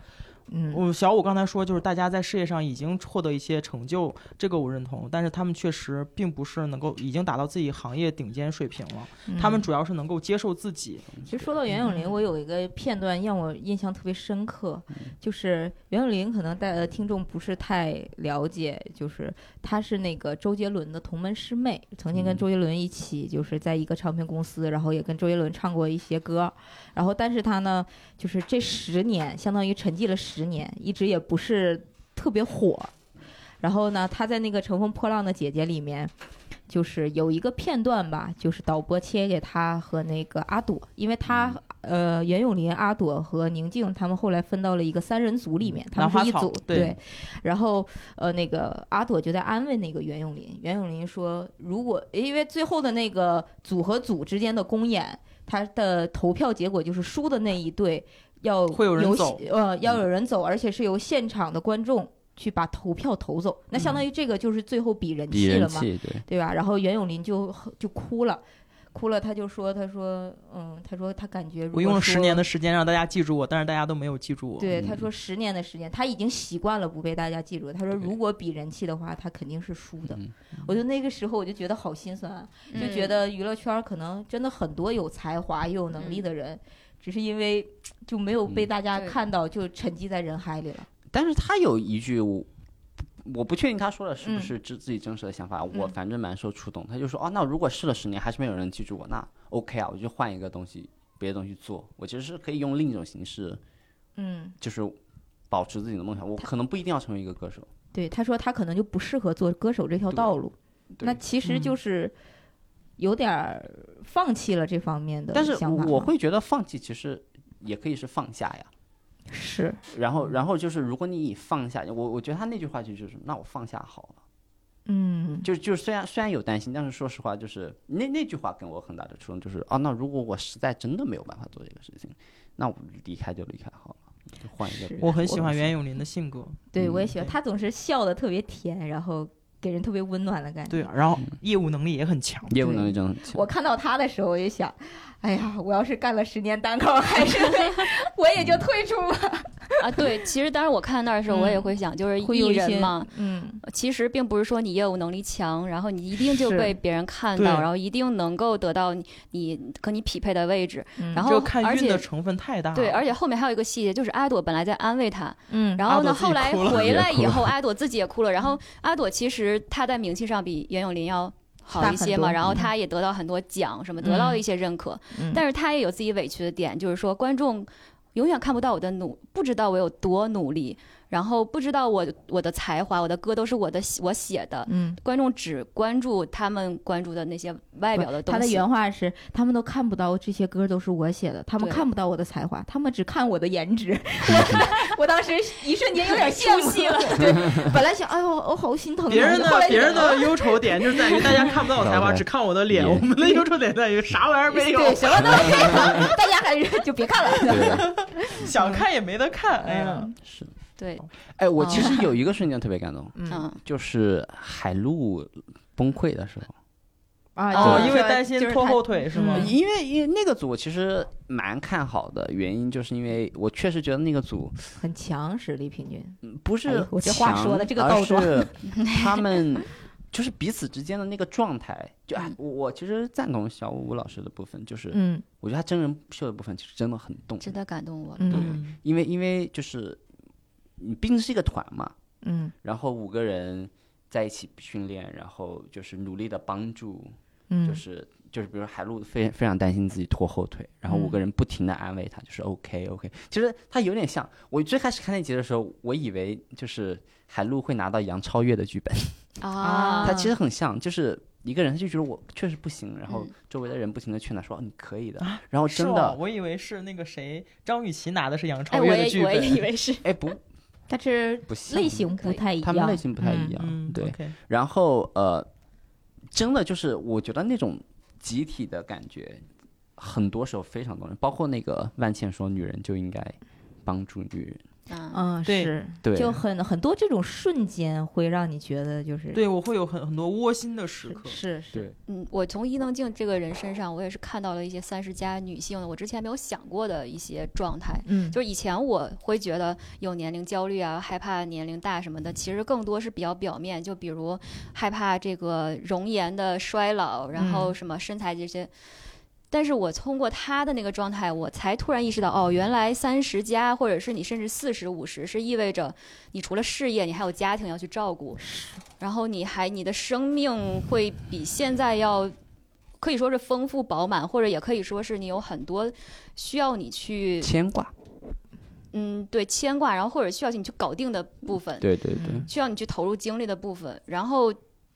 [SPEAKER 2] 嗯
[SPEAKER 5] 我小五刚才说，就是大家在事业上已经获得一些成就，这个我认同，但是他们确实并不是能够已经达到自己行业顶尖水平了，
[SPEAKER 2] 嗯
[SPEAKER 5] 他们主要是能够接受自己。
[SPEAKER 2] 其实说到袁咏琳，我有一个片段让我印象特别深刻，就是袁咏琳可能大家听众不是太了解，就是她是那个周杰伦的同门师妹，曾经跟
[SPEAKER 4] 嗯
[SPEAKER 2] 周杰伦一起就是在一个唱片公司，然后也跟周杰伦唱过一些歌，然后但是她呢，就是这十年相当于沉寂了十年，一直也不是特别火。然后呢，她在那个《乘风破浪的姐姐》里面，就是有一个片段吧，就是导播切给她和那个阿朵，因为她
[SPEAKER 5] 嗯
[SPEAKER 2] 呃袁咏琳、阿朵和宁静他们后来分到了一个三人组里面，他
[SPEAKER 5] 嗯兰
[SPEAKER 2] 们
[SPEAKER 5] 花
[SPEAKER 2] 是一
[SPEAKER 5] 草
[SPEAKER 2] 组
[SPEAKER 5] 对
[SPEAKER 2] 然后呃那个阿朵就在安慰那个袁咏琳，袁咏琳说，如果因为最后的那个组和组之间的公演，他的投票结果就是输的那一队要
[SPEAKER 5] 会有人
[SPEAKER 2] 由
[SPEAKER 5] 走嗯
[SPEAKER 2] 呃要有人走，而且是由现场的观众。去把投票投走，那
[SPEAKER 5] 嗯
[SPEAKER 2] 相当于这个就是最后比人
[SPEAKER 4] 比
[SPEAKER 2] 气了
[SPEAKER 4] 人
[SPEAKER 2] 嘛，
[SPEAKER 4] 气，对，
[SPEAKER 2] 对吧？然后袁咏琳就就哭了，哭了，他就说，他说，嗯，他说他感觉如果
[SPEAKER 5] 我用了十
[SPEAKER 2] 说
[SPEAKER 5] 年的时间让大家记住我，但是大家都没有记住我。
[SPEAKER 2] 对，他
[SPEAKER 4] 嗯
[SPEAKER 2] 说十年的时间，他已经习惯了不被大家记住。他说，
[SPEAKER 4] 对
[SPEAKER 2] 如果比人气的话，他肯定是输的
[SPEAKER 4] 嗯。
[SPEAKER 2] 我就那个时候我就觉得好心酸啊，就
[SPEAKER 3] 嗯
[SPEAKER 2] 觉得娱乐圈可能真的很多有才华又有能力的人，只是因为就没有被
[SPEAKER 4] 嗯
[SPEAKER 2] 大家
[SPEAKER 3] 对
[SPEAKER 2] 看到，就沉寂在人海里了。
[SPEAKER 4] 但是他有一句我。我不确定他说的是不
[SPEAKER 2] 嗯
[SPEAKER 4] 是自自己真实的想法，我
[SPEAKER 2] 嗯
[SPEAKER 4] 反正蛮受触动。他就说，哦，那如果试了十年还是没有人记住我，那 OK 啊，我就换一个东西，别的东西做。我其实是可以用另一种形式，
[SPEAKER 2] 嗯，
[SPEAKER 4] 就是保持自己的梦想。我可能不一定要成为一个歌手，
[SPEAKER 2] 对，他说他可能就不适合做歌手这条
[SPEAKER 4] 对
[SPEAKER 2] 道路。
[SPEAKER 4] 对
[SPEAKER 2] 那其实就
[SPEAKER 5] 嗯
[SPEAKER 2] 是有点儿放弃了这方面的
[SPEAKER 4] 但是
[SPEAKER 2] 想法
[SPEAKER 4] 我
[SPEAKER 2] 吗
[SPEAKER 4] 会觉得放弃其实也可以是放下呀。
[SPEAKER 2] 是
[SPEAKER 4] 然后，然后就是如果你以放下，我我觉得他那句话就就是，那我放下好了。
[SPEAKER 2] 嗯
[SPEAKER 4] 就就虽然虽然有担心，但是说实话，就是那那句话跟我很大的触动，就是啊，那如果我实在真的没有办法做这个事情，那我离开就离开好了，就换一个
[SPEAKER 2] 是
[SPEAKER 4] 别的。
[SPEAKER 5] 我很喜欢袁
[SPEAKER 4] 咏，
[SPEAKER 5] 咏琳的性格，
[SPEAKER 2] 对，
[SPEAKER 4] 嗯
[SPEAKER 2] 我也喜欢，
[SPEAKER 5] 对
[SPEAKER 2] 他总是笑的特别甜，然后给人特别温暖的感觉。
[SPEAKER 5] 对，啊然后业务能力也很强。
[SPEAKER 4] 业务能力真的很强。
[SPEAKER 2] 我看到他的时候，我就想，哎呀，我要是干了十年单口，还是我也就退出吧。
[SPEAKER 3] 啊，对，其实当时我看那儿的时候，我也
[SPEAKER 2] 嗯
[SPEAKER 3] 会想，就是
[SPEAKER 2] 会
[SPEAKER 3] 艺
[SPEAKER 2] 有一些
[SPEAKER 3] 人嘛，
[SPEAKER 2] 嗯，
[SPEAKER 3] 其实并不是说你业务能力强，然后你一定就是被别人看
[SPEAKER 5] 对
[SPEAKER 3] 到，然后一定能够得到你你跟你匹配的位置。
[SPEAKER 2] 后
[SPEAKER 3] 然后
[SPEAKER 5] 这个看
[SPEAKER 3] 而
[SPEAKER 5] 运的
[SPEAKER 3] 且
[SPEAKER 5] 成分太大了。
[SPEAKER 3] 对，而且后面还有一个细节，就是阿朵本来在安慰他，
[SPEAKER 2] 嗯，
[SPEAKER 3] 然后
[SPEAKER 5] 阿朵
[SPEAKER 3] 呢，
[SPEAKER 5] 自己
[SPEAKER 3] 后来
[SPEAKER 5] 哭了
[SPEAKER 3] 回来以
[SPEAKER 4] 也
[SPEAKER 5] *laughs*
[SPEAKER 3] 后，阿朵自己也哭了。然后阿朵其实她在名气上比袁咏琳要好
[SPEAKER 2] 大
[SPEAKER 3] 一
[SPEAKER 2] 很
[SPEAKER 3] 些
[SPEAKER 2] 多
[SPEAKER 3] 嘛，然
[SPEAKER 5] 嗯
[SPEAKER 3] 后她也得到很多奖，什么得到一些认可。
[SPEAKER 2] 嗯
[SPEAKER 3] 但是她也有自己委屈的点，就是说观众永远看不到我的努，不知道我有多努力，然后不知道我我的才华，我的歌都是我的我写的。
[SPEAKER 2] 嗯，
[SPEAKER 3] 观众只关注他们关注的那些外表的东
[SPEAKER 2] 他
[SPEAKER 3] 西。
[SPEAKER 2] 的原话是：他们都看不到这些歌都是我写的，他们
[SPEAKER 3] 对
[SPEAKER 2] 看不到我的才华，他们只看我的颜值。我我当时一瞬间有点羡慕
[SPEAKER 3] 出戏了
[SPEAKER 2] 对，本来想，哎呦，我好心疼啊。
[SPEAKER 5] 别人
[SPEAKER 2] 后
[SPEAKER 5] 的
[SPEAKER 2] 来
[SPEAKER 5] 别人
[SPEAKER 2] 想
[SPEAKER 5] 的忧愁点就是在于大家看不到我才华，
[SPEAKER 4] 老白
[SPEAKER 5] 只看我的脸。
[SPEAKER 4] 也
[SPEAKER 5] 我们的忧愁点在于啥玩意儿没有，
[SPEAKER 2] 对，什么都没有，大家还是就别看了。 *laughs*
[SPEAKER 4] 对，啊
[SPEAKER 5] 想看也没得看。哎呀，
[SPEAKER 4] 是。
[SPEAKER 2] 哦
[SPEAKER 3] 对，
[SPEAKER 4] 哎，我其实有一个瞬间特别感动，
[SPEAKER 2] 嗯
[SPEAKER 3] 嗯，
[SPEAKER 4] 就是海陆崩溃的时候，
[SPEAKER 2] 啊
[SPEAKER 5] 哦，
[SPEAKER 2] 就是
[SPEAKER 5] 因为
[SPEAKER 2] 说
[SPEAKER 5] 担心
[SPEAKER 2] 就是
[SPEAKER 5] 拖
[SPEAKER 2] 他
[SPEAKER 5] 后腿是吗
[SPEAKER 2] 嗯？
[SPEAKER 4] 因为因为那个组我其实蛮看好的，原因就是因为我确实觉得那个组
[SPEAKER 2] 很强实力平均。
[SPEAKER 4] 不
[SPEAKER 2] 哎
[SPEAKER 4] 是
[SPEAKER 2] 呦我这话
[SPEAKER 4] 强
[SPEAKER 2] 说的这个
[SPEAKER 4] 而
[SPEAKER 2] 倒装
[SPEAKER 4] 是他们就是彼此之间的那个状态。就哎，我我其实赞同小五老师的部分，就是
[SPEAKER 2] 嗯
[SPEAKER 4] 我觉得他真人秀的部分其实真的很动，
[SPEAKER 3] 真的感动我了。
[SPEAKER 2] 嗯
[SPEAKER 5] 嗯，
[SPEAKER 4] 因为因为就是你毕竟是一个团嘛，
[SPEAKER 2] 嗯
[SPEAKER 4] 然后五个人在一起训练，然后就是努力的帮助，
[SPEAKER 2] 嗯，
[SPEAKER 4] 就是。就是比如海陆非非常担心自己拖后腿，然后五
[SPEAKER 2] 嗯
[SPEAKER 4] 个人不停的安慰他，就是 OK OK。其实他有点像我最开始看那集的时候，我以为就是海陆会拿到杨超越的剧本，
[SPEAKER 2] 啊
[SPEAKER 3] 啊，
[SPEAKER 4] 他其实很像，就是一个人，他就觉得我确实不行，然后
[SPEAKER 3] 嗯
[SPEAKER 4] 周围的人不停的劝他说、哦你可以的，
[SPEAKER 2] 啊
[SPEAKER 4] 然后
[SPEAKER 5] 是
[SPEAKER 4] 真
[SPEAKER 5] 吗
[SPEAKER 2] 哦
[SPEAKER 4] 的，
[SPEAKER 5] 我以为是那个谁，张雨绮拿的是杨
[SPEAKER 3] 哎，
[SPEAKER 5] 超
[SPEAKER 3] 我
[SPEAKER 5] 越的
[SPEAKER 3] 也
[SPEAKER 5] 剧
[SPEAKER 3] 我也以
[SPEAKER 5] 本。
[SPEAKER 3] 为
[SPEAKER 2] *laughs*
[SPEAKER 3] 是。
[SPEAKER 4] 哎不
[SPEAKER 2] 但是
[SPEAKER 4] 不像
[SPEAKER 2] 类型不太一样，
[SPEAKER 4] 他们类型不太一
[SPEAKER 2] 嗯
[SPEAKER 4] 样，
[SPEAKER 5] 嗯，
[SPEAKER 4] 对。
[SPEAKER 5] OK
[SPEAKER 4] 然后呃，真的就是我觉得那种集体的感觉，很多时候非常动人，包括那个万茜说女人就应该帮助女人，
[SPEAKER 3] 啊，
[SPEAKER 2] 嗯，
[SPEAKER 5] 对
[SPEAKER 2] 是，
[SPEAKER 4] 对
[SPEAKER 2] 就很很多这种瞬间会让你觉得就是
[SPEAKER 5] 对，我会有很很多窝心的时
[SPEAKER 2] 是
[SPEAKER 5] 刻。
[SPEAKER 2] 是是，
[SPEAKER 3] 嗯，我从伊能静这个人身上，我也是看到了一些三十加女性我之前没有想过的一些状态。
[SPEAKER 2] 嗯，
[SPEAKER 3] 就是以前我会觉得有年龄焦虑啊，害怕年龄大什么的，其实更多是比较表面，就比如害怕这个容颜的衰老，然后什么身材这些。但是我通过她的那个状态，我才突然意识到，哦，原来三十加，或者是你甚至四十五十，是意味着你除了事业，你还有家庭要去照顾，然后你还你的生命会比现在要可以说是丰富饱满，或者也可以说是你有很多需要你去
[SPEAKER 4] 牵挂，
[SPEAKER 3] 嗯，对牵挂，然后或者需要你去搞定的部分，
[SPEAKER 4] 对对对，
[SPEAKER 3] 需要你去投入精力的部分，然后。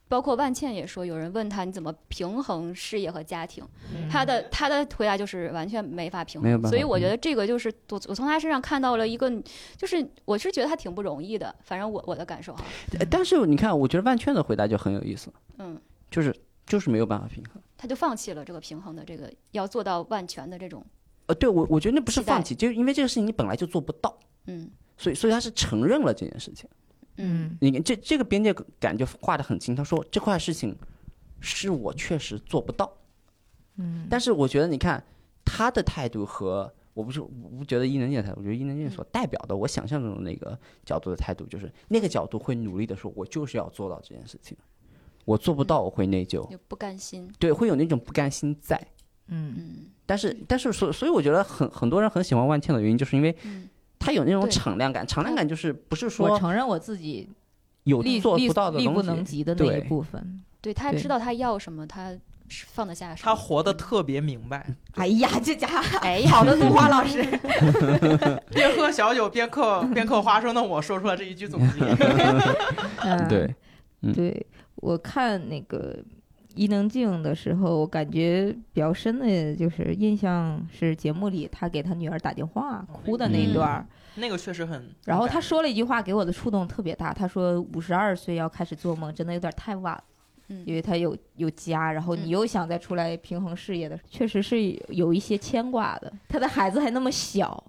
[SPEAKER 3] 包括万茜也说，有人问她你怎么平衡事业和家庭，
[SPEAKER 2] 嗯
[SPEAKER 3] 她的她的回答就是完全没法平
[SPEAKER 4] 没有
[SPEAKER 3] 衡。
[SPEAKER 4] 办法嗯
[SPEAKER 3] 所以我
[SPEAKER 4] 平
[SPEAKER 3] 觉得这个就是我我从她身上看到了一个，就是我是觉得她挺不容易的，反正我我的感受哈，
[SPEAKER 4] 呃但是你看，我觉得万茜的回答就很有意思，
[SPEAKER 3] 嗯，
[SPEAKER 4] 就是就是没有办法平衡。
[SPEAKER 3] 她就放弃了这个平衡的这个要做到万全的这种，
[SPEAKER 4] 呃，对我，我觉得那不是
[SPEAKER 3] 期待
[SPEAKER 4] 放弃，就是因为这个事情你本来就做不到，
[SPEAKER 3] 嗯
[SPEAKER 4] 所以所以他是承认了这件事情。
[SPEAKER 3] 嗯
[SPEAKER 4] 你看这这个边界感就画得很清，他说这块事情是我确实做不到，
[SPEAKER 2] 嗯，
[SPEAKER 4] 但是我觉得，你看他的态度和我不是我不觉得伊能静的态度，我觉得伊能静所
[SPEAKER 2] 嗯
[SPEAKER 4] 代表的，我想象中的那个角度的态度，就是那个角度会努力的说，我就是要做到这件事情，我做不
[SPEAKER 2] 嗯
[SPEAKER 4] 到我会内疚，
[SPEAKER 3] 就不甘心，
[SPEAKER 4] 对，会有那种不甘心在。
[SPEAKER 2] 嗯
[SPEAKER 3] 嗯
[SPEAKER 4] 但是，但是，所所以，我觉得很很多人很喜欢万茜的原因，就是因为
[SPEAKER 3] 嗯，
[SPEAKER 4] 他有那种
[SPEAKER 3] 对
[SPEAKER 4] 敞亮感。敞亮感就是不是
[SPEAKER 2] 我
[SPEAKER 4] 说
[SPEAKER 2] 承认我自己
[SPEAKER 4] 有
[SPEAKER 2] 力
[SPEAKER 4] 做
[SPEAKER 2] 力
[SPEAKER 4] 不到的
[SPEAKER 2] 力不
[SPEAKER 4] 东
[SPEAKER 2] 能
[SPEAKER 4] 西，
[SPEAKER 2] 及的那一
[SPEAKER 4] 对
[SPEAKER 2] 部分。
[SPEAKER 3] 对他
[SPEAKER 2] 对
[SPEAKER 3] 知道他要什么，他是放得下什么。嗯
[SPEAKER 5] 他活得特别明白，
[SPEAKER 2] 哎呀，这家伙
[SPEAKER 3] 哎呀，
[SPEAKER 2] 好
[SPEAKER 3] *laughs*
[SPEAKER 2] 的，杜华老师，
[SPEAKER 5] 边喝小酒边嗑边嗑花生的我说出了这一句总
[SPEAKER 4] *laughs*
[SPEAKER 5] 结。
[SPEAKER 2] 嗯
[SPEAKER 4] 对，嗯
[SPEAKER 2] 对我看那个伊能静的时候，我感觉比较深的就是印象是节目里她给她女儿打电话哭的那一段儿，
[SPEAKER 5] 那个确实很，
[SPEAKER 2] 然后她说了一句话给我的触动特别大，她说五十二岁要开始做梦，真的有点太晚了。
[SPEAKER 3] 嗯
[SPEAKER 2] 因为她有有家，然后
[SPEAKER 3] 嗯
[SPEAKER 2] 你又想再出来平衡事业的，确实是有一些牵挂的。她的孩子还那么小，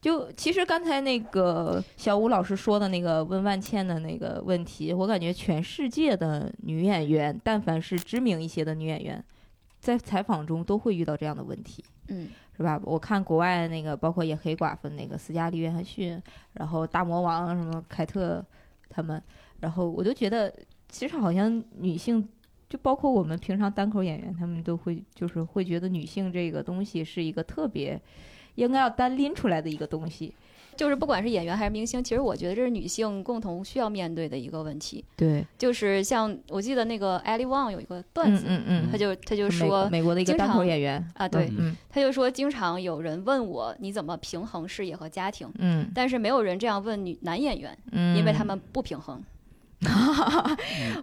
[SPEAKER 2] 就其实刚才那个小吴老师说的那个问万茜的那个问题，我感觉全世界的女演员，但凡是知名一些的女演员，在采访中都会遇到这样的问题。
[SPEAKER 3] 嗯
[SPEAKER 2] 是吧？我看国外那个，包括也黑寡妇那个斯嘉丽·约翰逊，然后大魔王什么凯特他们，然后我就觉得，其实好像女性，就包括我们平常单口演员，他们都会就是会觉得女性这个东西是一个特别应该要单拎出来的一个东西。
[SPEAKER 3] 就是不管是演员还是明星，其实我觉得这是女性共同需要面对的一个问题。
[SPEAKER 2] 对，
[SPEAKER 3] 就是像我记得那个 Ellie Wang 有一个段
[SPEAKER 2] 嗯
[SPEAKER 3] 子，
[SPEAKER 2] 嗯
[SPEAKER 3] 他
[SPEAKER 2] 嗯，
[SPEAKER 3] 就他就
[SPEAKER 2] 美
[SPEAKER 3] 说
[SPEAKER 2] 美国的一个
[SPEAKER 3] 经
[SPEAKER 2] 单口
[SPEAKER 3] 常
[SPEAKER 2] 演员
[SPEAKER 3] 啊对
[SPEAKER 2] 嗯
[SPEAKER 3] 他就说经常有人问我你怎么平衡事业和家庭，
[SPEAKER 2] 嗯
[SPEAKER 3] 但是没有人这样问女男演员，
[SPEAKER 2] 嗯，
[SPEAKER 3] 因为他们不平衡。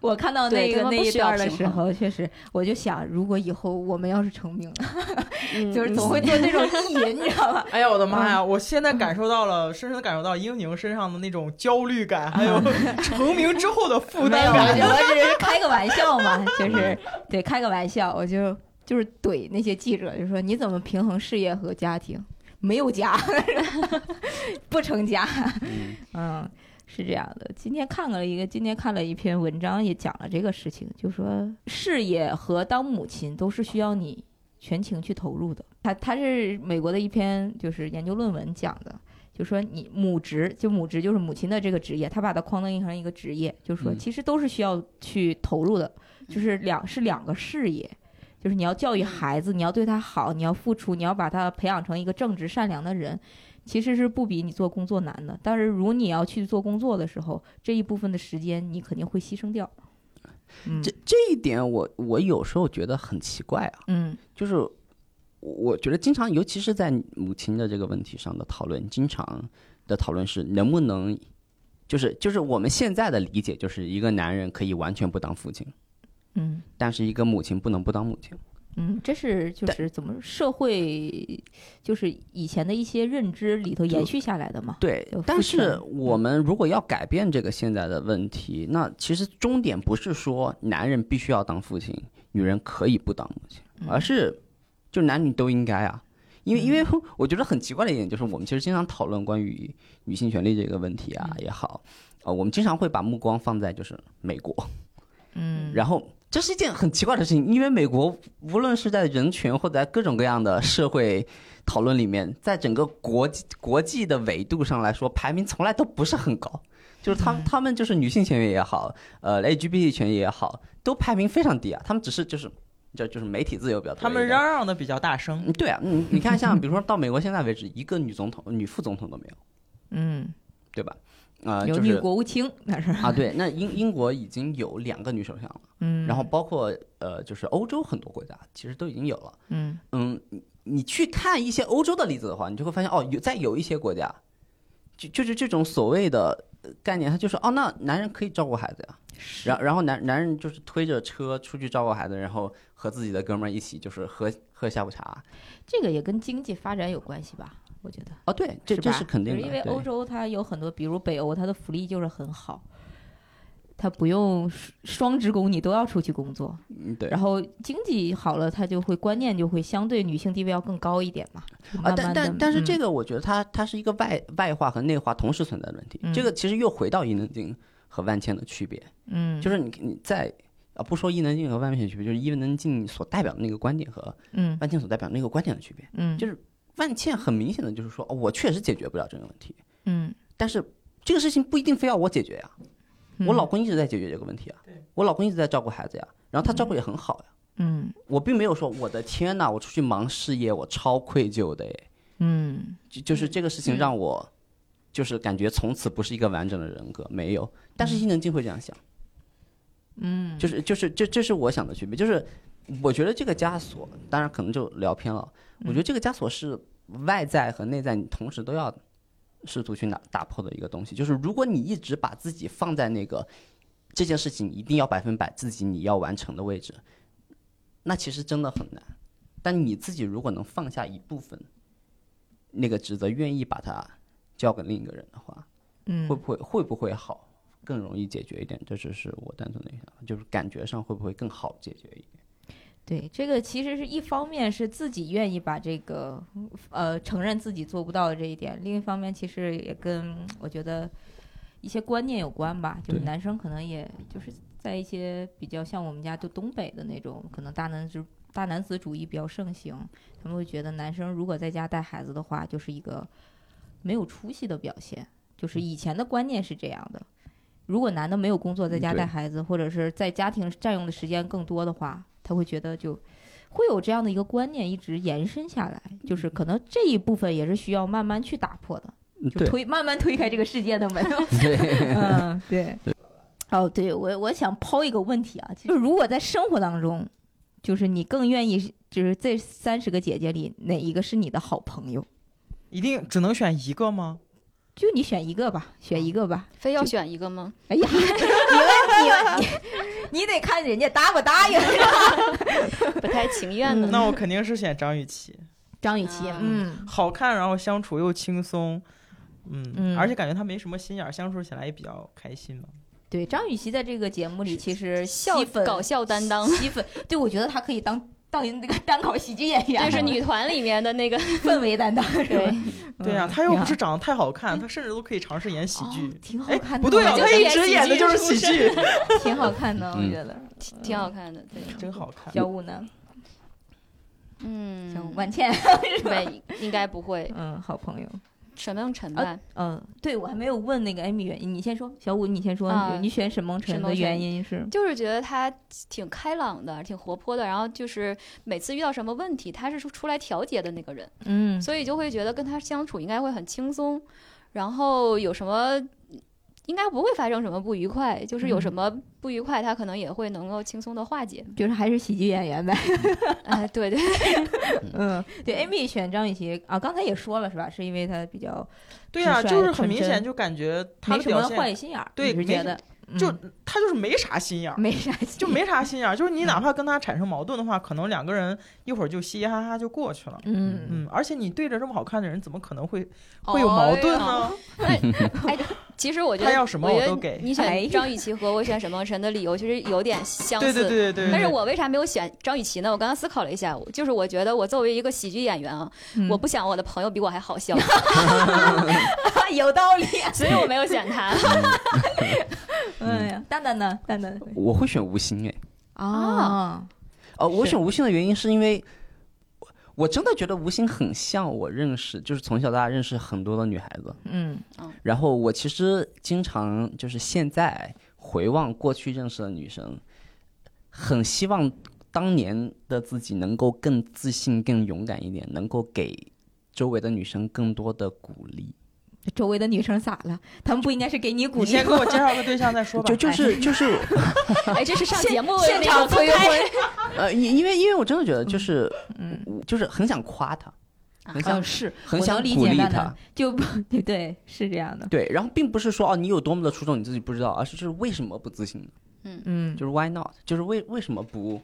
[SPEAKER 2] 我看到那
[SPEAKER 3] 对
[SPEAKER 2] 个
[SPEAKER 3] 他们
[SPEAKER 2] 那
[SPEAKER 3] 不
[SPEAKER 2] 一
[SPEAKER 3] 需要
[SPEAKER 2] 段的
[SPEAKER 3] 平
[SPEAKER 2] 时
[SPEAKER 3] 衡
[SPEAKER 2] 候，确实我就想，如果以后我们要是成名了。
[SPEAKER 3] 嗯
[SPEAKER 2] 就是总会做这种意淫，你知道吧？
[SPEAKER 3] *laughs*
[SPEAKER 5] 哎呀，我的妈
[SPEAKER 2] 嗯
[SPEAKER 5] 呀！我现在感受到了，深深的感受到英宁身上的那种焦虑感，还有成名之后的负
[SPEAKER 2] 嗯没有，我
[SPEAKER 5] 担
[SPEAKER 3] *laughs*
[SPEAKER 5] 感。
[SPEAKER 2] 我只是开个玩笑嘛，
[SPEAKER 3] 嗯
[SPEAKER 2] 就是对开个玩笑，我就就是怼那些记者，就说你怎么平衡事业和家庭？没有家， *laughs* 不成家，
[SPEAKER 4] 嗯，
[SPEAKER 2] 嗯， *laughs* 是这样的。今天看了一个，今天看了一篇文章，也讲了这个事情，就说事业和当母亲都是需要你全情去投入的。它它是美国的一篇就是研究论文讲的，就说你母职，就母职就是母亲的这个职业，他把它框定成一个职业，就是说
[SPEAKER 4] 嗯
[SPEAKER 2] 其实都是需要去投入的，就是两是两个事业。就是你要教育孩子，你要对他好，你要付出，你要把他培养成一个正直善良的人，其实是不比你做工作难的。但是如你要去做工作的时候，这一部分的时间你肯定会牺牲掉。嗯
[SPEAKER 4] 这这一点我我有时候觉得很奇怪啊，
[SPEAKER 2] 嗯
[SPEAKER 4] 就是我我觉得经常，尤其是在母亲的这个问题上的讨论，经常的讨论是能不能，就是就是我们现在的理解，就是一个男人可以完全不当父亲，
[SPEAKER 2] 嗯
[SPEAKER 4] 但是一个母亲不能不当母亲。
[SPEAKER 2] 嗯，这是就是怎么说社会就是以前的一些认知里头延续下来的嘛。
[SPEAKER 4] 对
[SPEAKER 2] 有，
[SPEAKER 4] 但
[SPEAKER 2] 父
[SPEAKER 4] 是
[SPEAKER 2] 权嗯
[SPEAKER 4] 我们如果要改变这个现在的问题，那其实终点不是说男人必须要当父亲，女人可以不当母亲，
[SPEAKER 2] 嗯
[SPEAKER 4] 而啊是就男女都应该啊。因为因 *laughs* 为我觉得很奇怪的一点就是，我们其实经常讨论关于女性权利这个问题啊也好，呃，我们经常会把目光放在就是美国，
[SPEAKER 2] 嗯
[SPEAKER 4] 然后这是一件很奇怪的事情，因为美国无论是在人权或者在各种各样的社会讨论里面，在整个国际国际的维度上来说，排名从来都不是很高。就是他们，他们就是女性权益也好，呃，LGBT 权益也好，都排名非常低啊。他们只是就是，就就是媒体自由表达。
[SPEAKER 5] 他们嚷嚷的比较大声，
[SPEAKER 4] 嗯，对啊，你你看，像比如说到美国现在为止，一个女总统、女副总统都没有，
[SPEAKER 2] 嗯，
[SPEAKER 4] 对吧？啊、
[SPEAKER 2] 有
[SPEAKER 4] 就
[SPEAKER 2] 女
[SPEAKER 4] 是
[SPEAKER 2] 国务卿那
[SPEAKER 4] *laughs*
[SPEAKER 2] 是
[SPEAKER 4] 啊，对，那英英国已经有两个女首相了。
[SPEAKER 2] 嗯，
[SPEAKER 4] 然后包括呃，就是欧洲很多国家其实都已经有了。
[SPEAKER 2] 嗯
[SPEAKER 4] 嗯，你你去看一些欧洲的例子的话，你就会发现哦，有在有一些国家，就就是这种所谓的呃概念，它就是哦，那男人可以照顾孩子呀，
[SPEAKER 2] 是
[SPEAKER 4] 然然后男男人就是推着车出去照顾孩子，然后和自己的哥们儿一起就是喝喝下午茶。啊
[SPEAKER 2] 这个也跟经济发展有关系吧？我觉得。
[SPEAKER 4] 哦，对，这
[SPEAKER 2] 是
[SPEAKER 4] 这
[SPEAKER 2] 吧
[SPEAKER 4] 是肯定
[SPEAKER 2] 就是
[SPEAKER 4] 的，
[SPEAKER 2] 因为
[SPEAKER 4] 对
[SPEAKER 2] 欧洲它有很多，比如北欧，它的福利就是很好，它不用双双职工，你都要出去工作，
[SPEAKER 4] 嗯对。
[SPEAKER 2] 然后经济好了，它就会观念就会相对女性地位要更高一点嘛。
[SPEAKER 4] 啊，但但但是这
[SPEAKER 2] 个，
[SPEAKER 4] 个我觉得它它是一个外外化和内化同时存在的问题。这
[SPEAKER 2] 嗯
[SPEAKER 4] 个其实又回到伊能静和万茜的区别，
[SPEAKER 2] 嗯，
[SPEAKER 4] 就是你你在啊，不说伊能静和万面的区别，就是伊能静所代表的那个观点和
[SPEAKER 2] 嗯
[SPEAKER 4] 万茜所代表的那个观点的区别。
[SPEAKER 2] 嗯
[SPEAKER 4] 就是万茜很明显的就是说，哦我确实解决不了这个问题，
[SPEAKER 2] 嗯，
[SPEAKER 4] 但是这个事情不一定非要我解决呀、
[SPEAKER 2] 嗯
[SPEAKER 4] 我老公一直在解决这个问题啊，我老公一直在照顾孩子呀，然后他照顾也很好呀。
[SPEAKER 2] 嗯
[SPEAKER 4] 我并没有说我的天呐，我出去忙事业，我超愧疚的耶。
[SPEAKER 2] 嗯
[SPEAKER 4] 就就是这个事情让我，就是感觉从此不是一个完整的人格，没有。但是伊能静会这样想，嗯，就是就是这这是我想的区别，就是我觉得这个枷锁，当然可能就聊偏了。我觉得这个枷锁是外在和内在你同时都要试图去打打破的一个东西。就是如果你一直把自己放在那个这件事情一定要百分百自己你要完成的位置，那其实真的很难。但你自己如果能放下一部分那个职责，愿意把它交给另一个人的话，
[SPEAKER 2] 嗯
[SPEAKER 4] 会不会会不会好，更容易解决一点？这只是我单纯的一个想法，就是感觉上会不会更好解决一点？
[SPEAKER 2] 对，嗯这个其实是一方面是自己愿意把这个呃承认自己做不到的这一点，另一方面其实也跟我觉得一些观念有关吧，就是
[SPEAKER 4] 对
[SPEAKER 2] 男生可能也就是在一些比较像我们家就东北的那种，可能大男子大男子主义比较盛行，他们会觉得男生如果在家带孩子的话，就是一个没有出息的表现，就是以前的观念是这样的。如果男的没有工作，在家
[SPEAKER 4] 嗯对
[SPEAKER 2] 带孩子，或者是在家庭占用的时间更多的话，他会觉得就会有这样的一个观念一直延伸下来，
[SPEAKER 4] 嗯
[SPEAKER 2] 就是可能这一部分也是需要慢慢去打破的，就
[SPEAKER 4] 嗯对
[SPEAKER 2] 推 *laughs* 慢慢推开这个世界
[SPEAKER 4] *laughs*
[SPEAKER 2] 的门。
[SPEAKER 4] 对，
[SPEAKER 2] 嗯，对。哦，对我我想抛一个问题啊，就是如果在生活当中，就是你更愿意是，就是这三十个姐姐里哪一个是你的好朋友？
[SPEAKER 5] 一定只能选一个
[SPEAKER 2] *laughs*
[SPEAKER 5] 吗？
[SPEAKER 2] 就你选一个吧，选一个吧。
[SPEAKER 3] 非要选一个吗？
[SPEAKER 2] 哎呀， *laughs* 你们你们你你得看人家答不答应。
[SPEAKER 3] 不太情愿
[SPEAKER 2] 嗯
[SPEAKER 3] 的。
[SPEAKER 5] 那我肯定是选张雨绮，
[SPEAKER 2] 张雨绮，嗯
[SPEAKER 5] 好看，然后相处又轻松，嗯，
[SPEAKER 2] 嗯
[SPEAKER 5] 而且感觉她没什么心眼儿，相处起来也比较开心嘛。
[SPEAKER 2] 对，张雨绮在这个节目里其实
[SPEAKER 3] 笑
[SPEAKER 2] 吸粉 *laughs*
[SPEAKER 3] 搞笑担当，
[SPEAKER 2] 吸粉，对我觉得她可以当当那个 *laughs* 单口喜剧演员，
[SPEAKER 3] 就是女团里面的那个
[SPEAKER 2] 氛围 *laughs* 担当，是吧
[SPEAKER 3] 对？
[SPEAKER 5] 对呀、
[SPEAKER 2] 嗯
[SPEAKER 5] 她又不是长得太好看，她甚至都可以尝试演喜剧。
[SPEAKER 2] 挺哦好
[SPEAKER 5] 哎
[SPEAKER 2] 看的，
[SPEAKER 5] 不对啊，
[SPEAKER 3] 我就
[SPEAKER 5] 她
[SPEAKER 3] 是
[SPEAKER 5] 一
[SPEAKER 3] 演
[SPEAKER 5] 直
[SPEAKER 3] 喜
[SPEAKER 5] 演的
[SPEAKER 3] 剧
[SPEAKER 5] 就是
[SPEAKER 3] 出
[SPEAKER 5] 喜剧，
[SPEAKER 2] 挺好看的，我
[SPEAKER 4] 嗯
[SPEAKER 2] 觉得
[SPEAKER 3] *laughs* 挺好看的，对，
[SPEAKER 5] *laughs* 真好看。
[SPEAKER 2] 小五呢？
[SPEAKER 3] 嗯，
[SPEAKER 2] 小五万
[SPEAKER 5] *laughs*
[SPEAKER 2] 茜，
[SPEAKER 3] 对，应该不会，
[SPEAKER 2] 嗯，好朋友。
[SPEAKER 3] 沈梦辰吧，
[SPEAKER 2] 嗯，对我还没有问那个艾米原因，你先说，小五你先说，
[SPEAKER 3] 啊
[SPEAKER 2] 你你选沈梦辰
[SPEAKER 3] 沈
[SPEAKER 2] 的
[SPEAKER 3] 梦辰
[SPEAKER 2] 原因是？
[SPEAKER 3] 就是觉得他挺开朗的，挺活泼的，然后就是每次遇到什么问题，他是出出来调解的那个人，
[SPEAKER 2] 嗯
[SPEAKER 3] 所以就会觉得跟他相处应该会很轻松，然后有什么。应该不会发生什么不愉快，就是有什么不愉快，他可能也会能够轻松的化解。
[SPEAKER 2] 就是还是喜剧演员呗，
[SPEAKER 3] 哎，对对，
[SPEAKER 2] 嗯，对，Amy 选张雨绮啊，刚才也说了是吧？是因为她比较
[SPEAKER 5] 对呀、
[SPEAKER 2] 直率
[SPEAKER 5] 就是很
[SPEAKER 2] 纯
[SPEAKER 5] 明
[SPEAKER 2] 真
[SPEAKER 5] 显就感觉她
[SPEAKER 2] 没
[SPEAKER 5] 的
[SPEAKER 2] 什
[SPEAKER 5] 表
[SPEAKER 2] 么坏
[SPEAKER 5] 现，
[SPEAKER 2] 心眼儿，你
[SPEAKER 5] 对
[SPEAKER 2] 是
[SPEAKER 5] 没
[SPEAKER 2] 觉
[SPEAKER 5] 什
[SPEAKER 2] 得
[SPEAKER 5] 就
[SPEAKER 2] 嗯
[SPEAKER 5] 她就是没啥
[SPEAKER 2] *laughs*
[SPEAKER 5] 心眼儿。
[SPEAKER 2] 没啥心，
[SPEAKER 5] 就没啥心眼儿，就是你哪怕跟他产生矛盾的话，可能两个人一会儿就嘻嘻哈哈就过去了。 *laughs*
[SPEAKER 2] 嗯，
[SPEAKER 5] 嗯，而且你对着这么好看的人，怎么可能会会
[SPEAKER 3] 哦
[SPEAKER 5] 有矛盾呢？
[SPEAKER 3] 啊其实我觉得
[SPEAKER 5] 他要什么
[SPEAKER 3] 我
[SPEAKER 5] 我
[SPEAKER 3] 觉
[SPEAKER 5] 都
[SPEAKER 3] 得
[SPEAKER 5] 给
[SPEAKER 3] 你
[SPEAKER 2] 哎
[SPEAKER 3] 选张雨绮和我选沈梦辰的理由其实有点相
[SPEAKER 5] 对
[SPEAKER 3] 似，
[SPEAKER 5] 对对对对。
[SPEAKER 3] 但是我为啥没有选张雨绮呢？我刚刚思考了一下，我就是我觉得我作为一个喜剧演员啊，
[SPEAKER 2] 嗯
[SPEAKER 3] 我不想我的朋友比我还好笑，
[SPEAKER 5] 啊
[SPEAKER 2] 有道理。
[SPEAKER 3] 所以我没有选他。
[SPEAKER 2] *laughs* 哎呀，蛋蛋呢？蛋蛋
[SPEAKER 4] 我会选吴昕哎，
[SPEAKER 2] 啊，
[SPEAKER 4] 呃，我
[SPEAKER 2] 是
[SPEAKER 4] 选吴昕的原因是因为我，我真的觉得吴昕很像我认识，就是从小到大认识很多的女孩子。
[SPEAKER 2] 嗯
[SPEAKER 4] 然后我其实经常就是现在回望过去认识的女生，很希望当年的自己能够更自信、更勇敢一点，能够给周围的女生更多的鼓励。
[SPEAKER 2] 周围的女生咋了？她们不应该是给你鼓
[SPEAKER 5] 你
[SPEAKER 2] 励吗？
[SPEAKER 5] 先给我介绍个对象再说吧
[SPEAKER 4] *laughs* 就。就是就是，
[SPEAKER 3] 哎，这是上节目
[SPEAKER 2] 现现场催婚，
[SPEAKER 4] 呃，因因为因为我真的觉得就是，
[SPEAKER 2] 嗯
[SPEAKER 4] 我就是很想夸她，很
[SPEAKER 2] 嗯，
[SPEAKER 4] 想
[SPEAKER 2] 是，
[SPEAKER 4] 很
[SPEAKER 2] 我
[SPEAKER 4] 想
[SPEAKER 2] 能理
[SPEAKER 4] 鼓
[SPEAKER 2] 解
[SPEAKER 4] 励
[SPEAKER 2] 蛋
[SPEAKER 4] 她
[SPEAKER 2] 蛋，就不对对，是这样的，
[SPEAKER 4] 对，然后并不是说哦你有多么的出众你自己不知道，而是就是为什么不自信呢？
[SPEAKER 2] 嗯
[SPEAKER 4] 就是 why not？就是为为什么不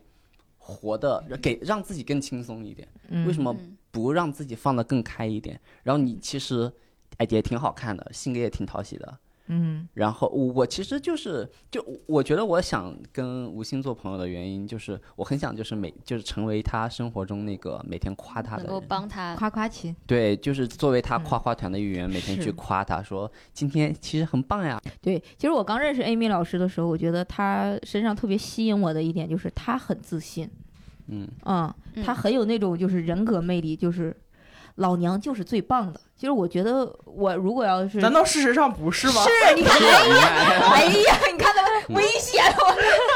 [SPEAKER 4] 活的给让自己更轻松一点？为什么
[SPEAKER 3] 嗯
[SPEAKER 4] 不让自己放得更开一点？然后你其实哎也挺好看的，性格也挺讨喜的，
[SPEAKER 2] 嗯
[SPEAKER 4] 然后我我其实就是就我觉得我想跟吴昕做朋友的原因，就是我很想就是每就是成为他生活中那个每天夸他的
[SPEAKER 3] 能够
[SPEAKER 4] 人，
[SPEAKER 3] 帮他
[SPEAKER 2] 夸夸群，
[SPEAKER 4] 对，就是作为他
[SPEAKER 2] 嗯
[SPEAKER 4] 夸夸团的一员，每天
[SPEAKER 2] 是
[SPEAKER 4] 去夸他说今天其实很棒呀，
[SPEAKER 2] 对，其实我刚认识 Amy 老师的时候，我觉得她身上特别吸引我的一点就是她很自信，
[SPEAKER 4] 嗯
[SPEAKER 2] 嗯，
[SPEAKER 3] 嗯
[SPEAKER 2] 她很有那种就是人格魅力，就是老娘就是最棒的。其实我觉得我如果要是
[SPEAKER 5] 难道事实上不是吗？
[SPEAKER 2] 是 *laughs* 你看，
[SPEAKER 4] 你看
[SPEAKER 2] 哎呀，你看他们危险了。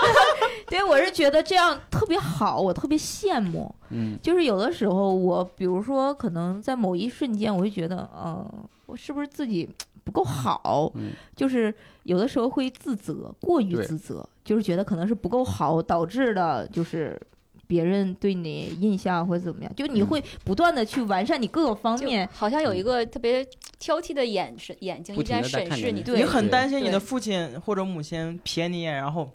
[SPEAKER 2] *laughs* 对，我是觉得这样特别好，我特别羡慕。
[SPEAKER 4] 嗯
[SPEAKER 2] 就是有的时候，我比如说，可能在某一瞬间，我会觉得，呃，我是不是自己不够好？
[SPEAKER 4] 嗯
[SPEAKER 2] 就是有的时候会自责，过于
[SPEAKER 4] 对
[SPEAKER 2] 自责，就是觉得可能是不够好导致的，就是。别人对你印象或者怎么样，就你
[SPEAKER 4] 嗯
[SPEAKER 2] 会不断的去完善你各个方
[SPEAKER 3] 就
[SPEAKER 2] 面，
[SPEAKER 3] 好像有一个特别挑剔的眼神眼睛一
[SPEAKER 4] 不
[SPEAKER 3] 直在
[SPEAKER 4] 停地在
[SPEAKER 3] 审
[SPEAKER 4] 看着
[SPEAKER 3] 视
[SPEAKER 4] 你
[SPEAKER 3] 你，
[SPEAKER 2] 对
[SPEAKER 5] 你很担心
[SPEAKER 3] 对
[SPEAKER 5] 你的父亲或者母亲瞥你一眼，然后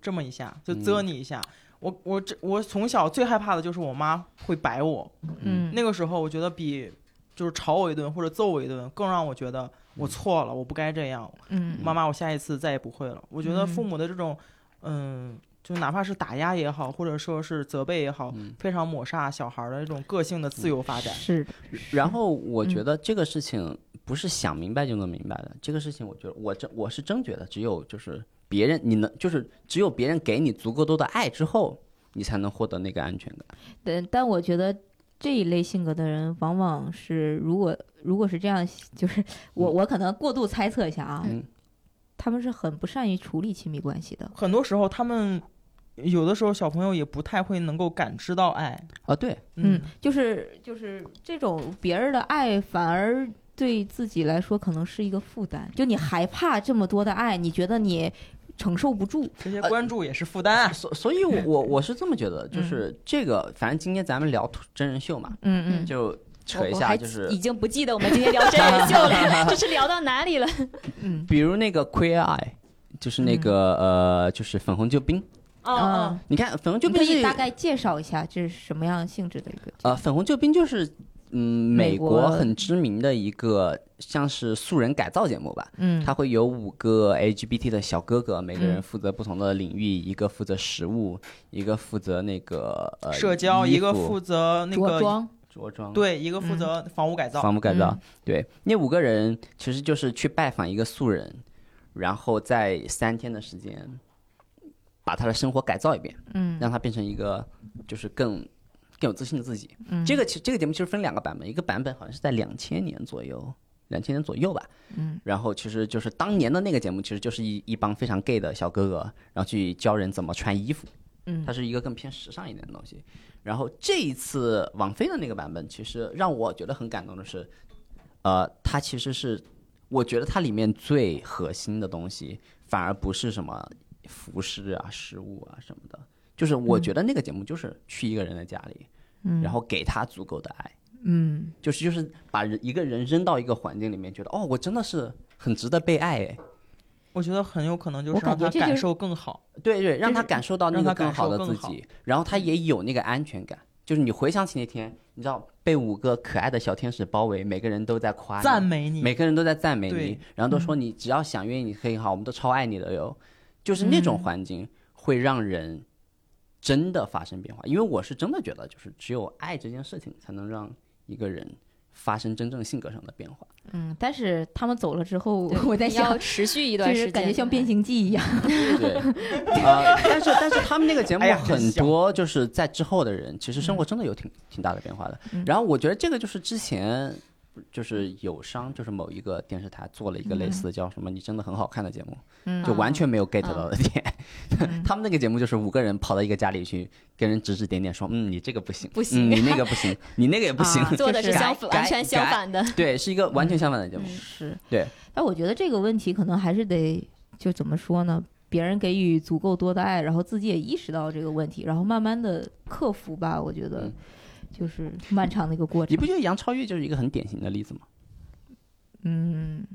[SPEAKER 5] 这么一下就啧你一下。我我这我从小最害怕的就是我妈会白我，
[SPEAKER 2] 嗯，
[SPEAKER 5] 那个时候我觉得比就是吵我一顿或者揍我一顿更让我觉得我错了，我不该这样。
[SPEAKER 2] 嗯
[SPEAKER 5] 妈妈，我下一次再也不会了。我觉得
[SPEAKER 2] 嗯
[SPEAKER 5] 父母的这种，嗯，就哪怕是打压也好，或者说是责备也好，
[SPEAKER 4] 嗯。
[SPEAKER 5] 非常抹杀小孩儿的这种个性的自由发展。
[SPEAKER 2] 是，
[SPEAKER 4] 然后我觉
[SPEAKER 2] 嗯
[SPEAKER 4] 得这个事情不是想明白就能明白的，这个事情我觉得我真我是真觉得只有就是别人你能就是只有别人给你足够多的爱之后，你才能获得那个安全感。
[SPEAKER 2] 但但我觉得这一类性格的人，往往是如果如果是这样， *laughs* 就是我我可能过度猜测一下啊，
[SPEAKER 4] 嗯
[SPEAKER 2] 他们是很不善于处理亲密关系的。
[SPEAKER 5] 很多时候，他们有的时候小朋友也不太会能够感知到爱。
[SPEAKER 4] 啊，对，
[SPEAKER 2] 嗯，就是就是这种别人的爱，反而对自己来说可能是一个负担。就你害怕这么多的爱，你觉得你承受不住。
[SPEAKER 5] 这些
[SPEAKER 4] 呃
[SPEAKER 5] 关注也是负担啊。
[SPEAKER 4] 所所以我，我我是这么觉得，就是这个，反正今天咱们聊真人秀嘛，
[SPEAKER 2] 嗯
[SPEAKER 4] 就扯
[SPEAKER 3] 我
[SPEAKER 4] 一
[SPEAKER 3] 我
[SPEAKER 4] 下，
[SPEAKER 3] 还
[SPEAKER 4] 就是
[SPEAKER 3] 已经不记得我们今天聊真
[SPEAKER 4] *laughs*
[SPEAKER 3] 人秀了，这是聊到哪 *laughs* 里了？
[SPEAKER 2] 嗯
[SPEAKER 4] 比如那个 Queer Eye，就是那个、呃，就是粉红救兵。
[SPEAKER 3] 哦
[SPEAKER 2] 嗯
[SPEAKER 5] 嗯，
[SPEAKER 4] 你看，粉红救
[SPEAKER 2] 你
[SPEAKER 4] 兵
[SPEAKER 2] 可以
[SPEAKER 4] 是
[SPEAKER 2] 大概介绍一下这是什么样性质的一个？
[SPEAKER 4] 呃，粉红救兵就是嗯，美
[SPEAKER 2] 美国
[SPEAKER 4] 国很知名的一个像是素人改造节目吧。
[SPEAKER 2] 嗯
[SPEAKER 4] 它会有五个 LGBT 的小哥哥，每个人
[SPEAKER 2] 嗯
[SPEAKER 4] 负责不同的领域，一个负责食物，一个负责那个呃
[SPEAKER 5] 社交
[SPEAKER 4] 衣
[SPEAKER 5] 一个
[SPEAKER 4] 服
[SPEAKER 5] 负责那
[SPEAKER 2] 着
[SPEAKER 5] 个
[SPEAKER 2] 装，
[SPEAKER 4] 着装，
[SPEAKER 5] 对，一个负责房屋改造。
[SPEAKER 4] 房屋改造。
[SPEAKER 2] 嗯
[SPEAKER 4] 对，那五个人其实就是去拜访一个素人，然后在三天的时间把他的生活改造一遍，
[SPEAKER 2] 嗯
[SPEAKER 4] 让他变成一个就是更更有自信的自己。
[SPEAKER 2] 嗯，
[SPEAKER 4] 这
[SPEAKER 2] 个
[SPEAKER 4] 个其这个节目其实分两个版本，一个版本好像是在两千年左右，两千年左右吧。
[SPEAKER 2] 嗯，
[SPEAKER 4] 然后其实就是当年的那个节目，其实就是一一帮非常 gay 的小哥哥，然后去教人怎么穿衣服。
[SPEAKER 2] 嗯
[SPEAKER 4] 它是一个更偏时尚一点的东西。然后这一次王菲的那个版本，其实让我觉得很感动的是，呃，它其实是我觉得它里面最核心的东西，反而不是什么服饰啊、食物啊什么的，就是
[SPEAKER 5] 嗯
[SPEAKER 4] 我觉得那个节目就是去一个人的家里，
[SPEAKER 2] 嗯
[SPEAKER 4] 然后给他足够的爱，
[SPEAKER 2] 嗯
[SPEAKER 4] 就是就是把人一个人扔到一个环境里面，觉得哦，我真的是很值得被爱哎。
[SPEAKER 5] 我觉得很有可能就
[SPEAKER 2] 我
[SPEAKER 5] 是让
[SPEAKER 2] 感觉
[SPEAKER 5] 他
[SPEAKER 2] 这就
[SPEAKER 5] 感
[SPEAKER 2] 是
[SPEAKER 5] 受更好。
[SPEAKER 4] 对对，让
[SPEAKER 5] 就
[SPEAKER 4] 他
[SPEAKER 5] 是
[SPEAKER 4] 感受到那
[SPEAKER 5] 让
[SPEAKER 4] 个
[SPEAKER 5] 他
[SPEAKER 4] 更
[SPEAKER 5] 感
[SPEAKER 4] 好
[SPEAKER 5] 受
[SPEAKER 4] 的
[SPEAKER 5] 更
[SPEAKER 4] 自
[SPEAKER 5] 好
[SPEAKER 4] 己，然后他也有那个安全感。就是你回想起那天，你知道被五个可爱的小天使包围，每个人都在夸你，
[SPEAKER 5] 赞美你，
[SPEAKER 4] 每个人都在赞美你
[SPEAKER 5] 对，嗯
[SPEAKER 4] 然后都说你只要想愿意，你可以好，我们都超爱你的哟。就是那种
[SPEAKER 2] 嗯
[SPEAKER 4] 环境会让人真的发生变化，因为我是真的觉得，就是只有爱这件事情才能让一个人发生真正性格上的变化。
[SPEAKER 2] 嗯，但是他们走了之后，我在想
[SPEAKER 3] 要，持续一
[SPEAKER 2] 就
[SPEAKER 3] 段时
[SPEAKER 2] 是
[SPEAKER 3] 间，
[SPEAKER 2] 感觉像
[SPEAKER 4] *laughs*
[SPEAKER 2] 变形记一样。 *laughs*
[SPEAKER 4] 对，呃，但是但是他们那个节目
[SPEAKER 5] 哎呀真
[SPEAKER 4] 很
[SPEAKER 5] 香
[SPEAKER 4] 多就是在之后的人，其实生活真的有挺挺大的变化的。然后我觉得这个就是之前就是友商，就是某一个电视台做了一个类似的叫什么“你真的很好看”的节目，
[SPEAKER 2] 嗯
[SPEAKER 4] 就完全没有 get
[SPEAKER 3] 嗯
[SPEAKER 4] 到的点。 *laughs* 他们那个节目就是五个人跑到一个家里去，跟人指指点点说：“嗯，你这个不行，
[SPEAKER 3] 不行
[SPEAKER 4] 嗯你那个不 *laughs* 行，你那个也不行。
[SPEAKER 2] 啊
[SPEAKER 3] 做的是
[SPEAKER 2] 就是
[SPEAKER 3] 相反，
[SPEAKER 4] 改
[SPEAKER 3] 完全相
[SPEAKER 4] 改
[SPEAKER 3] 反的。
[SPEAKER 4] 对，是一个完全相反的节
[SPEAKER 3] 嗯
[SPEAKER 4] 目。
[SPEAKER 2] 是
[SPEAKER 4] 对。
[SPEAKER 2] 但我觉得这个问题可能还是得就怎么说呢？别人给予足够多的爱，然后自己也意识到这个问题，然后慢慢的克服吧。我觉得
[SPEAKER 4] 嗯
[SPEAKER 2] 就是漫长的一个过
[SPEAKER 4] 你
[SPEAKER 2] 程
[SPEAKER 4] 不。觉得杨超越就是一个很典型的例子吗？
[SPEAKER 2] 嗯，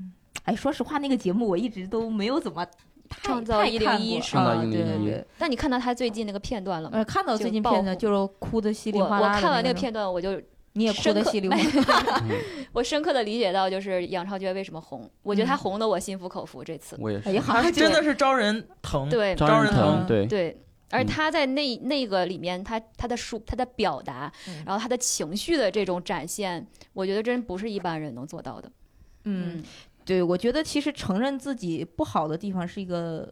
[SPEAKER 2] 哎，说实话，那个节目我一直都没有怎么太
[SPEAKER 3] 创造
[SPEAKER 2] 太
[SPEAKER 3] 101
[SPEAKER 2] 看过
[SPEAKER 3] 是
[SPEAKER 4] 创造
[SPEAKER 2] 啊
[SPEAKER 4] 101
[SPEAKER 2] 对对对。
[SPEAKER 3] 但你看到他最近那个片段了吗？
[SPEAKER 2] 呃，看到
[SPEAKER 3] 就
[SPEAKER 2] 最近
[SPEAKER 3] 爆
[SPEAKER 2] 片段
[SPEAKER 3] 火
[SPEAKER 2] 就是哭的稀里
[SPEAKER 3] 我
[SPEAKER 2] 哗
[SPEAKER 3] 我
[SPEAKER 2] 啦的
[SPEAKER 3] 看完那
[SPEAKER 2] 那
[SPEAKER 3] 个
[SPEAKER 2] 种
[SPEAKER 3] 片段，我就
[SPEAKER 2] 你也哭
[SPEAKER 3] 深
[SPEAKER 2] 得
[SPEAKER 3] 刻
[SPEAKER 2] 稀里
[SPEAKER 3] 没
[SPEAKER 2] 糊
[SPEAKER 3] *laughs*
[SPEAKER 2] 涂。
[SPEAKER 3] 我深刻的理解到，就是杨超越为什么红，我觉得她
[SPEAKER 2] 嗯
[SPEAKER 3] 红的我心服口服。这次，
[SPEAKER 4] 我也
[SPEAKER 2] 哎
[SPEAKER 4] 是。
[SPEAKER 2] 呀，好
[SPEAKER 5] 他
[SPEAKER 3] *laughs*
[SPEAKER 2] 像
[SPEAKER 5] 是真
[SPEAKER 2] 对
[SPEAKER 5] 的是招人疼。
[SPEAKER 3] 对
[SPEAKER 5] 嗯张
[SPEAKER 4] 张
[SPEAKER 5] 仁
[SPEAKER 4] 腾
[SPEAKER 2] 腾
[SPEAKER 4] 对，
[SPEAKER 3] 对，而
[SPEAKER 4] 嗯
[SPEAKER 3] 她在那那个里面，她她的书、她的表达
[SPEAKER 2] 嗯，
[SPEAKER 3] 然后她的情绪的这种展现，我觉得真不是一般人能做到的。
[SPEAKER 2] 嗯，，对，我觉得其实承认自己不好的地方是一个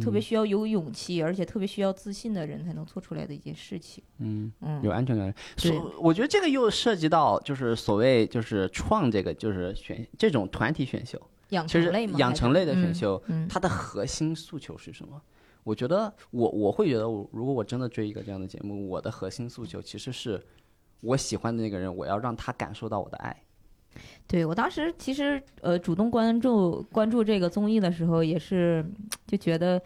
[SPEAKER 2] 特别
[SPEAKER 4] 嗯
[SPEAKER 2] 需要有勇气，而且特别需要自信的人才能做出来的一件事情。
[SPEAKER 4] 嗯，
[SPEAKER 2] 嗯，
[SPEAKER 4] 有安全感。
[SPEAKER 2] 对
[SPEAKER 4] 所我觉得这个又涉及到就是所谓就是创这个就是选这种团体选秀，
[SPEAKER 2] 养
[SPEAKER 4] 其
[SPEAKER 2] 成
[SPEAKER 4] 实
[SPEAKER 2] 类嘛，
[SPEAKER 4] 养
[SPEAKER 2] 还是
[SPEAKER 4] 成类的选秀，
[SPEAKER 2] 嗯
[SPEAKER 4] 它的核心诉求是什么？我觉得我我会觉得我，如果我真的追一个这样的节目，我的核心诉求其实是我喜欢的那个人，我要让他感受到我的爱。
[SPEAKER 2] 对我当时其实呃主动关注关注这个综艺的时候，也是就觉得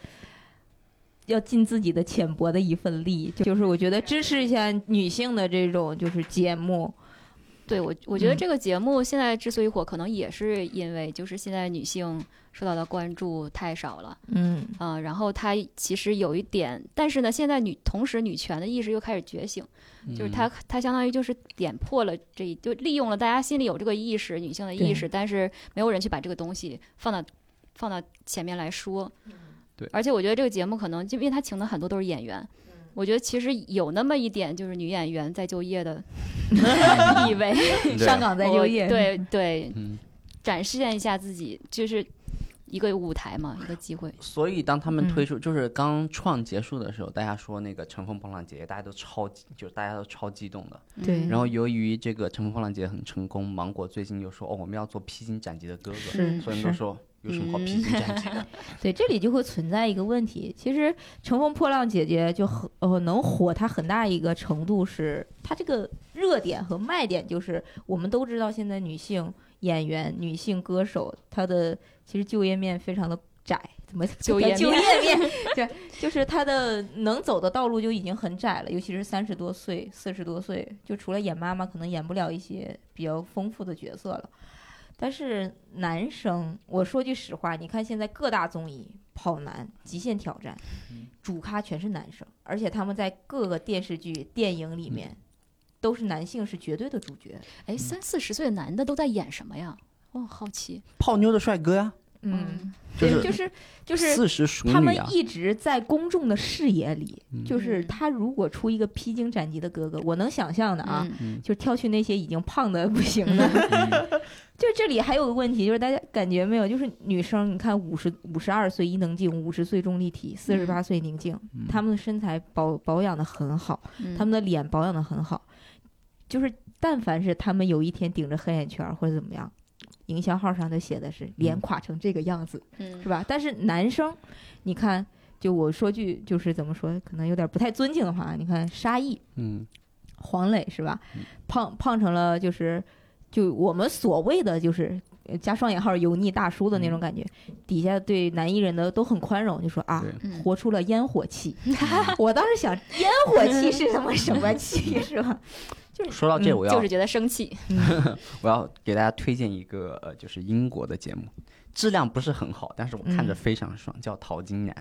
[SPEAKER 2] 要尽自己的浅薄的一份力，就是我觉得支持一下女性的这种就是节目，
[SPEAKER 3] 对我，我觉得
[SPEAKER 2] 嗯
[SPEAKER 3] 这个节目现在之所以火，可能也是因为就是现在女性受到的关注太少了
[SPEAKER 2] 嗯
[SPEAKER 3] 啊、然后它其实有一点，但是呢，现在女同时女权的意识又开始觉醒，
[SPEAKER 2] 嗯
[SPEAKER 3] 就是它它相当于就是点破了这一，就利用了大家心里有这个意识，女性的意
[SPEAKER 2] 对
[SPEAKER 3] 识，但是没有人去把这个东西放到放到前面来说。
[SPEAKER 2] 嗯
[SPEAKER 4] 对
[SPEAKER 3] 而且我觉得这个节目可能，就因为它请的很多都是演员。
[SPEAKER 2] 嗯
[SPEAKER 3] 我觉得其实有那么一点，就是女演员在就业的
[SPEAKER 2] *laughs*
[SPEAKER 3] 意味，
[SPEAKER 4] *laughs*
[SPEAKER 2] 上岗再就
[SPEAKER 3] 我
[SPEAKER 2] 业，
[SPEAKER 3] 对
[SPEAKER 2] *laughs*
[SPEAKER 3] 对，
[SPEAKER 4] 嗯
[SPEAKER 3] 展现一下自己，就是一个舞台嘛，一个机会。
[SPEAKER 4] 所以当他们
[SPEAKER 2] 嗯
[SPEAKER 4] 推出、就是刚创结束的时候，大家说那个《乘风破浪姐姐》，大家都超级就是大家都超激动的。
[SPEAKER 2] 对
[SPEAKER 3] 嗯
[SPEAKER 4] 然后由于这个《乘风破浪姐姐》很成功，芒果最近又说哦，我们要做披荆斩棘的哥哥，
[SPEAKER 2] 是
[SPEAKER 4] 所有
[SPEAKER 2] 是嗯
[SPEAKER 4] 人都说有什么好披荆斩棘的？
[SPEAKER 2] 对，这里就会存在一个问题。其实《乘风破浪姐姐》就很呃能火，它很大一个程度是它这个热点和卖点，就是我们都知道现在女性演员、女性歌手，她的其实就业面非常的窄，怎么
[SPEAKER 3] 就
[SPEAKER 2] 叫 *laughs*
[SPEAKER 3] 业
[SPEAKER 2] 就业
[SPEAKER 3] 面
[SPEAKER 2] 面对，就是她的能走的道路就已经很窄了，尤其是三十多岁、四十多岁，就除了演妈妈，可能演不了一些比较丰富的角色了。但是男生，我说句实话，你看现在各大综艺，跑男、极限挑战，
[SPEAKER 3] 嗯
[SPEAKER 2] 主咖全是男生，而且他们在各个电视剧、电影里面，都是男性是绝对的主角。
[SPEAKER 3] 哎，三四十岁的男的都在演什么呀？我很好奇。
[SPEAKER 4] 泡妞的帅哥呀、
[SPEAKER 2] 嗯，，
[SPEAKER 4] 就
[SPEAKER 2] 对，
[SPEAKER 4] 是
[SPEAKER 2] 就是就是
[SPEAKER 4] 四十熟
[SPEAKER 2] 他们
[SPEAKER 4] 女啊，
[SPEAKER 2] 一直在公众的视野里，就是
[SPEAKER 3] 嗯
[SPEAKER 2] 他如果出一个披荆斩棘的哥哥，我能想象的啊，
[SPEAKER 3] 嗯，
[SPEAKER 2] 就挑去那些已经胖的不行的。
[SPEAKER 3] *laughs*
[SPEAKER 4] 嗯
[SPEAKER 2] *laughs* 就是这里还有个问题，就是大家感觉没有，就是女生，你看五十五十二岁伊能静，五十岁钟丽缇，
[SPEAKER 3] 嗯
[SPEAKER 2] 四十八岁宁静，
[SPEAKER 4] 嗯
[SPEAKER 2] 她们的身材保保养的很好，
[SPEAKER 3] 嗯
[SPEAKER 2] 她们的脸保养的很好，就是但凡是她们有一天顶着黑眼圈儿或者怎么样。营销号上都写的是脸垮成这个样子，
[SPEAKER 3] 嗯
[SPEAKER 2] 是吧？但是男生，你看，就我说句就是怎么说，可能有点不太尊敬的话，你看沙溢，
[SPEAKER 4] 嗯，
[SPEAKER 2] 黄磊是吧？胖胖成了就是就我们所谓的就是呃加双引号油腻大叔的那种感觉，底下对男艺人的都很宽容，就说啊
[SPEAKER 4] 对。
[SPEAKER 3] 嗯
[SPEAKER 2] 活出了烟火气，我当时想，烟火气是什么什么气是吧？
[SPEAKER 4] 说到这，
[SPEAKER 2] 嗯
[SPEAKER 4] 我要、
[SPEAKER 3] 就是觉得生气。
[SPEAKER 4] 我要给大家推荐一个呃，就是英国的节目，质量不是很好，但是我看着
[SPEAKER 2] 嗯
[SPEAKER 4] 非常爽，叫《淘金男》。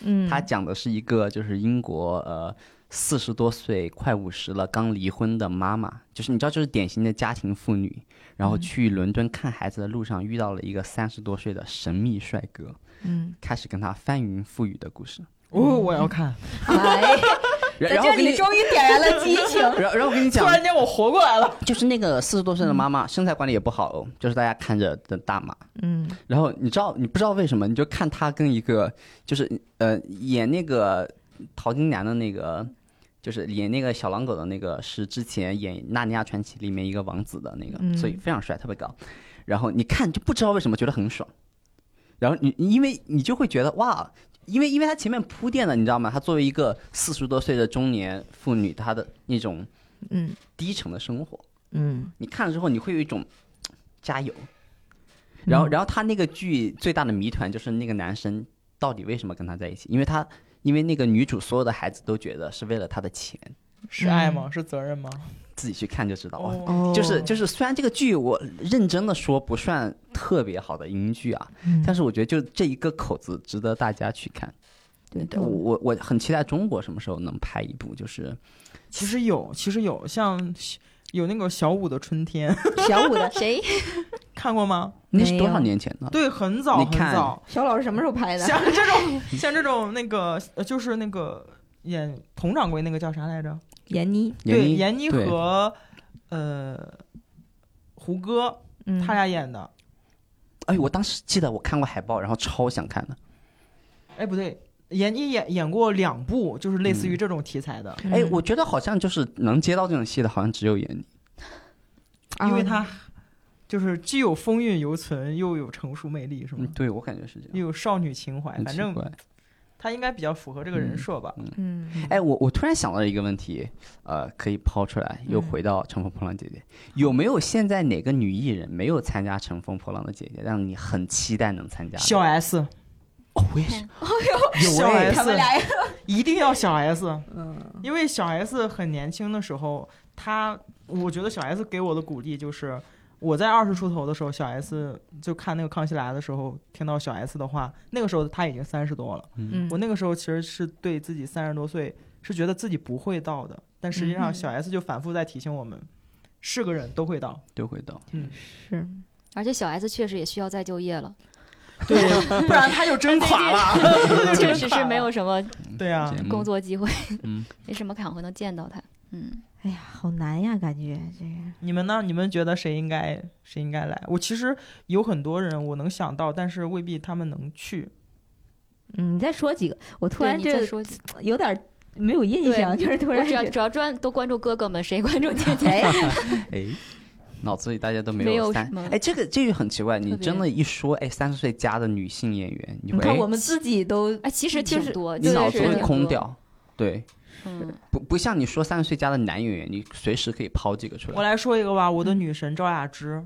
[SPEAKER 2] 嗯，
[SPEAKER 4] 他讲的是一个就是英国呃四十多岁快五十了刚离婚的妈妈，就是你知道就是典型的家庭妇女，然
[SPEAKER 2] 嗯
[SPEAKER 4] 后去伦敦看孩子的路上遇到了一个三十多岁的神秘帅哥，
[SPEAKER 2] 嗯，
[SPEAKER 4] 开始跟他翻云覆雨的故事。
[SPEAKER 5] 哦，我要看。
[SPEAKER 2] 哎，在
[SPEAKER 4] 然 *laughs* 然后
[SPEAKER 2] 这
[SPEAKER 4] 我给你
[SPEAKER 2] 里，终于点燃了激情，
[SPEAKER 4] 然后然后我跟你
[SPEAKER 5] *laughs* 突
[SPEAKER 4] 讲，
[SPEAKER 5] 然间我活过来 *laughs* 了，
[SPEAKER 4] 就是那个四十多岁的妈妈，身材管理也不好哦，就是大家看着的大妈。
[SPEAKER 2] 嗯
[SPEAKER 4] 然后你知道，你不知道为什么，你就看他跟一个就是呃演那个陶金娘的那个，就是演那个小狼狗的那个，是之前演《纳尼亚传奇》里面一个王子的那个，
[SPEAKER 2] 嗯
[SPEAKER 4] 所以非常帅，特别高。然后你看就不知道为什么觉得很爽，然后你因为你就会觉得哇。因为因为他前面铺垫了，你知道吗？他作为一个四十多岁的中年妇女，她的那种
[SPEAKER 2] 嗯
[SPEAKER 4] 低沉的生活，
[SPEAKER 2] 嗯，
[SPEAKER 4] 你看了之后，你会有一种加油。然后，然后他那个剧最大的谜团就是那个男生到底为什么跟他在一起？因为他，因为那个女主所有的孩子都觉得是为了他的钱，
[SPEAKER 5] 是爱吗？是责任吗？
[SPEAKER 4] 自己去看就知道了。
[SPEAKER 5] 哦，
[SPEAKER 2] 哦，
[SPEAKER 4] 就是就是，虽然这个剧我认真的说不算特别好的英剧啊，
[SPEAKER 2] 嗯，
[SPEAKER 4] 但是我觉得就这一个口子值得大家去看。
[SPEAKER 2] 对
[SPEAKER 4] 我我我很期待中国什么时候能拍一部，就是
[SPEAKER 5] 其实有，其实有，像有那个小五的春天， *laughs*
[SPEAKER 2] 小五的
[SPEAKER 3] 谁？
[SPEAKER 5] 看过吗？
[SPEAKER 4] 那
[SPEAKER 2] 没
[SPEAKER 4] 是多少
[SPEAKER 2] 有
[SPEAKER 4] 年前的？
[SPEAKER 5] 对，很早
[SPEAKER 4] 你
[SPEAKER 5] 很
[SPEAKER 4] 看
[SPEAKER 5] 早，
[SPEAKER 2] 小老师什么时候拍的？
[SPEAKER 5] 像这种像这种那个呃就是那个演佟掌柜那个叫啥来着？
[SPEAKER 2] 闫妮，
[SPEAKER 5] 对，
[SPEAKER 4] 妮
[SPEAKER 5] 闫妮
[SPEAKER 4] 对
[SPEAKER 5] 和呃胡歌
[SPEAKER 2] 嗯，
[SPEAKER 5] 他俩演的。
[SPEAKER 4] 哎，我当时记得我看过海报，然后超想看的。
[SPEAKER 5] 哎，不对，闫妮演演过两部，就是类似于这种题材的，
[SPEAKER 2] 嗯
[SPEAKER 4] 哎，我觉得好像就是能接到这种戏的，好像只有闫妮。
[SPEAKER 2] 嗯
[SPEAKER 5] 因为
[SPEAKER 2] 啊
[SPEAKER 5] 她就是既有风韵犹存，又有成熟魅力，是吗？
[SPEAKER 4] 嗯，对我感觉是这样。
[SPEAKER 5] 又有少女情怀，
[SPEAKER 4] 很
[SPEAKER 5] 反
[SPEAKER 4] 奇
[SPEAKER 5] 正
[SPEAKER 4] 怪
[SPEAKER 5] 她应该比较符合这个人设吧。
[SPEAKER 2] 嗯，
[SPEAKER 4] 哎，我我突然想到了一个问题，呃，可以抛出来，又
[SPEAKER 2] 嗯
[SPEAKER 4] 回到《乘风破浪姐姐》有没有现在哪个女艺人没有参加《乘风破浪的姐姐》，让你很期待能参加的？
[SPEAKER 5] 小
[SPEAKER 3] 哎
[SPEAKER 5] S，
[SPEAKER 4] 哦，我也是，
[SPEAKER 5] 小
[SPEAKER 4] 哎
[SPEAKER 5] S，
[SPEAKER 2] 他们俩
[SPEAKER 5] 一定要小 S，因为小 S 很年轻的时候，她我觉得小 S 给我的鼓励就是，我在二十出头的时候，小 S 就看那个《康熙来了》的时候，听到小 S 的话，那个时候她已经三十多了。
[SPEAKER 2] 嗯
[SPEAKER 5] 我那个时候其实是对自己三十多岁是觉得自己不会到的，但实际上
[SPEAKER 2] 嗯
[SPEAKER 5] 小 S 就反复在提醒我们，是个人都会到。
[SPEAKER 4] 都会到。
[SPEAKER 2] 是
[SPEAKER 3] 而且小 S 确实也需要再就业
[SPEAKER 4] *laughs*
[SPEAKER 3] 了，
[SPEAKER 5] 对，不然她就真垮了。
[SPEAKER 3] 确实是没有什么
[SPEAKER 5] 对啊
[SPEAKER 4] 节，目
[SPEAKER 3] 工作机会，
[SPEAKER 4] 嗯，
[SPEAKER 3] *laughs* 没什么场合能见到她。嗯，
[SPEAKER 2] 哎呀，好难呀，感觉这个
[SPEAKER 5] *laughs* 你们呢？你们觉得谁应该谁应该来？我其实有很多人我能想到，但是未必他们能去。
[SPEAKER 2] 嗯，你再说几个，我突
[SPEAKER 3] 对
[SPEAKER 2] 然
[SPEAKER 3] 你再
[SPEAKER 2] 这
[SPEAKER 3] 说几个，
[SPEAKER 2] 有点儿没有印象，就是突
[SPEAKER 3] 我
[SPEAKER 2] 然
[SPEAKER 3] 只要
[SPEAKER 2] 觉得
[SPEAKER 3] 只要专都关注哥哥们，谁关注姐
[SPEAKER 4] *laughs*
[SPEAKER 3] 姐？
[SPEAKER 4] 哎，脑子里大家都没
[SPEAKER 3] 没有
[SPEAKER 4] 三
[SPEAKER 3] 什么。
[SPEAKER 4] 哎，这个这个很奇怪，你
[SPEAKER 3] 特别
[SPEAKER 4] 真的一说，哎，三十岁加的女性演员，
[SPEAKER 2] 你
[SPEAKER 4] 你会
[SPEAKER 2] 看
[SPEAKER 4] 哎
[SPEAKER 2] 我们自己都
[SPEAKER 3] 哎，其实
[SPEAKER 2] 就是
[SPEAKER 3] 挺多，
[SPEAKER 4] 你
[SPEAKER 3] 对
[SPEAKER 4] 脑
[SPEAKER 3] 是
[SPEAKER 4] 子会
[SPEAKER 3] 挺
[SPEAKER 4] 空
[SPEAKER 3] 多。
[SPEAKER 4] 掉。对，
[SPEAKER 3] 嗯，
[SPEAKER 4] 不不像你说三十岁加的男演员，你随时可以抛几个出
[SPEAKER 5] 我
[SPEAKER 4] 来。
[SPEAKER 5] 来说一个吧，我的女神赵雅芝，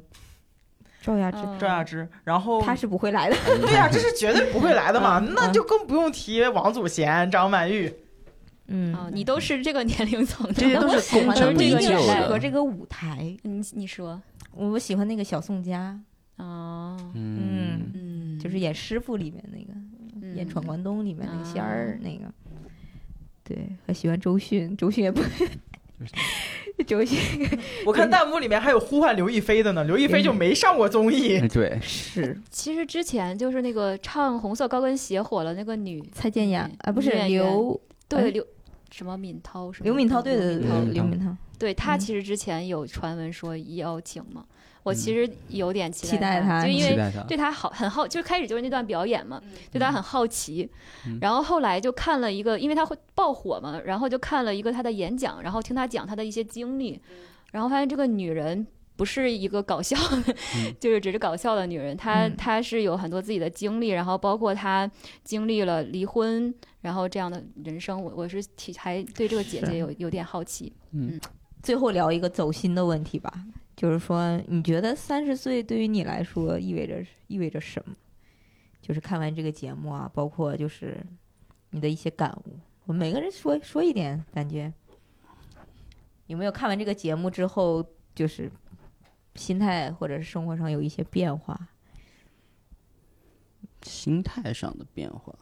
[SPEAKER 2] 赵雅芝，
[SPEAKER 3] 嗯
[SPEAKER 5] 赵雅芝，然后
[SPEAKER 2] 嗯
[SPEAKER 5] *laughs*
[SPEAKER 2] 她是不会来的，
[SPEAKER 5] 对呀、
[SPEAKER 4] *laughs*
[SPEAKER 5] 这是绝对不会来的嘛，
[SPEAKER 2] 嗯
[SPEAKER 5] 那就更不用提王祖贤、张曼玉。
[SPEAKER 3] 哦，
[SPEAKER 2] *laughs* 嗯，
[SPEAKER 3] 你都是这个年龄层的，
[SPEAKER 4] 这些都是功
[SPEAKER 2] 我
[SPEAKER 4] 成
[SPEAKER 2] 这
[SPEAKER 4] 名
[SPEAKER 2] 个
[SPEAKER 4] 就
[SPEAKER 2] 适合
[SPEAKER 4] 的。
[SPEAKER 2] 这个舞台，
[SPEAKER 3] *laughs* 你你说
[SPEAKER 2] 我喜欢那个小宋佳，
[SPEAKER 3] 哦，
[SPEAKER 2] 嗯，
[SPEAKER 3] 嗯，
[SPEAKER 2] 就是演师傅里面那个，
[SPEAKER 3] 嗯
[SPEAKER 2] 演《闯关东》里面那个仙儿
[SPEAKER 3] 啊
[SPEAKER 2] 那个，对，还喜欢周迅，周迅
[SPEAKER 4] *laughs*
[SPEAKER 2] 也不
[SPEAKER 4] 就是。
[SPEAKER 2] 周迅
[SPEAKER 5] 我看弹幕里面还有呼唤刘亦菲的呢，刘亦菲就没上过综艺。
[SPEAKER 4] 哎对，
[SPEAKER 2] 是
[SPEAKER 3] 其实之前就是那个唱红色高跟鞋火了那个女，
[SPEAKER 2] 蔡健雅啊，不是
[SPEAKER 3] 女演员
[SPEAKER 2] 刘哎
[SPEAKER 3] 对刘什么敏涛什么
[SPEAKER 2] 刘敏涛，对对
[SPEAKER 3] 的
[SPEAKER 4] 敏
[SPEAKER 2] 对，
[SPEAKER 4] 涛
[SPEAKER 2] 刘敏涛，
[SPEAKER 3] 对她
[SPEAKER 2] 嗯
[SPEAKER 3] 其实之前有传闻说邀请嘛，我
[SPEAKER 4] 嗯
[SPEAKER 3] 其实有点
[SPEAKER 2] 期
[SPEAKER 3] 期
[SPEAKER 2] 待
[SPEAKER 3] 她，
[SPEAKER 2] 她
[SPEAKER 3] 就因
[SPEAKER 4] 期
[SPEAKER 3] 为
[SPEAKER 4] 待他。
[SPEAKER 3] 对他好很好，就是开始就是那段表演嘛，对他很好奇，
[SPEAKER 4] 嗯
[SPEAKER 3] 然后后来就看了一个，因为他会爆火嘛，然后就看了一个他的演讲，然后听他讲他的一些经历，然后发现这个女人。不是一个搞笑的，
[SPEAKER 4] 嗯
[SPEAKER 3] 就是只是搞笑的女人。她
[SPEAKER 2] 嗯
[SPEAKER 3] 她是有很多自己的经历，然后包括她经历了离婚，然后这样的人生，我我是挺还对这个姐
[SPEAKER 2] 是
[SPEAKER 3] 姐有有点好奇。
[SPEAKER 2] 最后聊一个走心的问题吧，就是说，你觉得三十岁对于你来说意味着意味着什么？就是看完这个节目啊，包括就是你的一些感悟，我们每个人说说一点感觉。有没有看完这个节目之后，就是心态或者是生活上有一些变化？
[SPEAKER 4] 心态上的变化。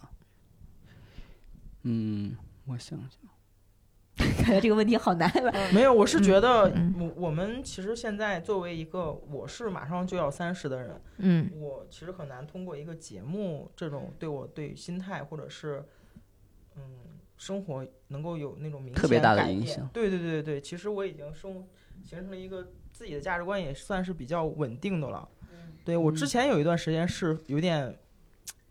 [SPEAKER 4] 嗯，我想想，
[SPEAKER 2] 感觉这个问题好难啊吧？
[SPEAKER 5] 没有，我是觉得
[SPEAKER 2] 嗯
[SPEAKER 5] 我我们其实现在作为一个我是马上就要三十的人，
[SPEAKER 2] 嗯
[SPEAKER 5] 我其实很难通过一个节目这种对我对心态或者是嗯生活能够有那种明显
[SPEAKER 4] 特别大的
[SPEAKER 5] 改
[SPEAKER 4] 影
[SPEAKER 5] 变
[SPEAKER 4] 响。
[SPEAKER 5] 对对对对，其实我已经生形成了一个自己的价值观，也算是比较稳定的了。对我
[SPEAKER 4] 嗯
[SPEAKER 5] 之前有一段时间是有点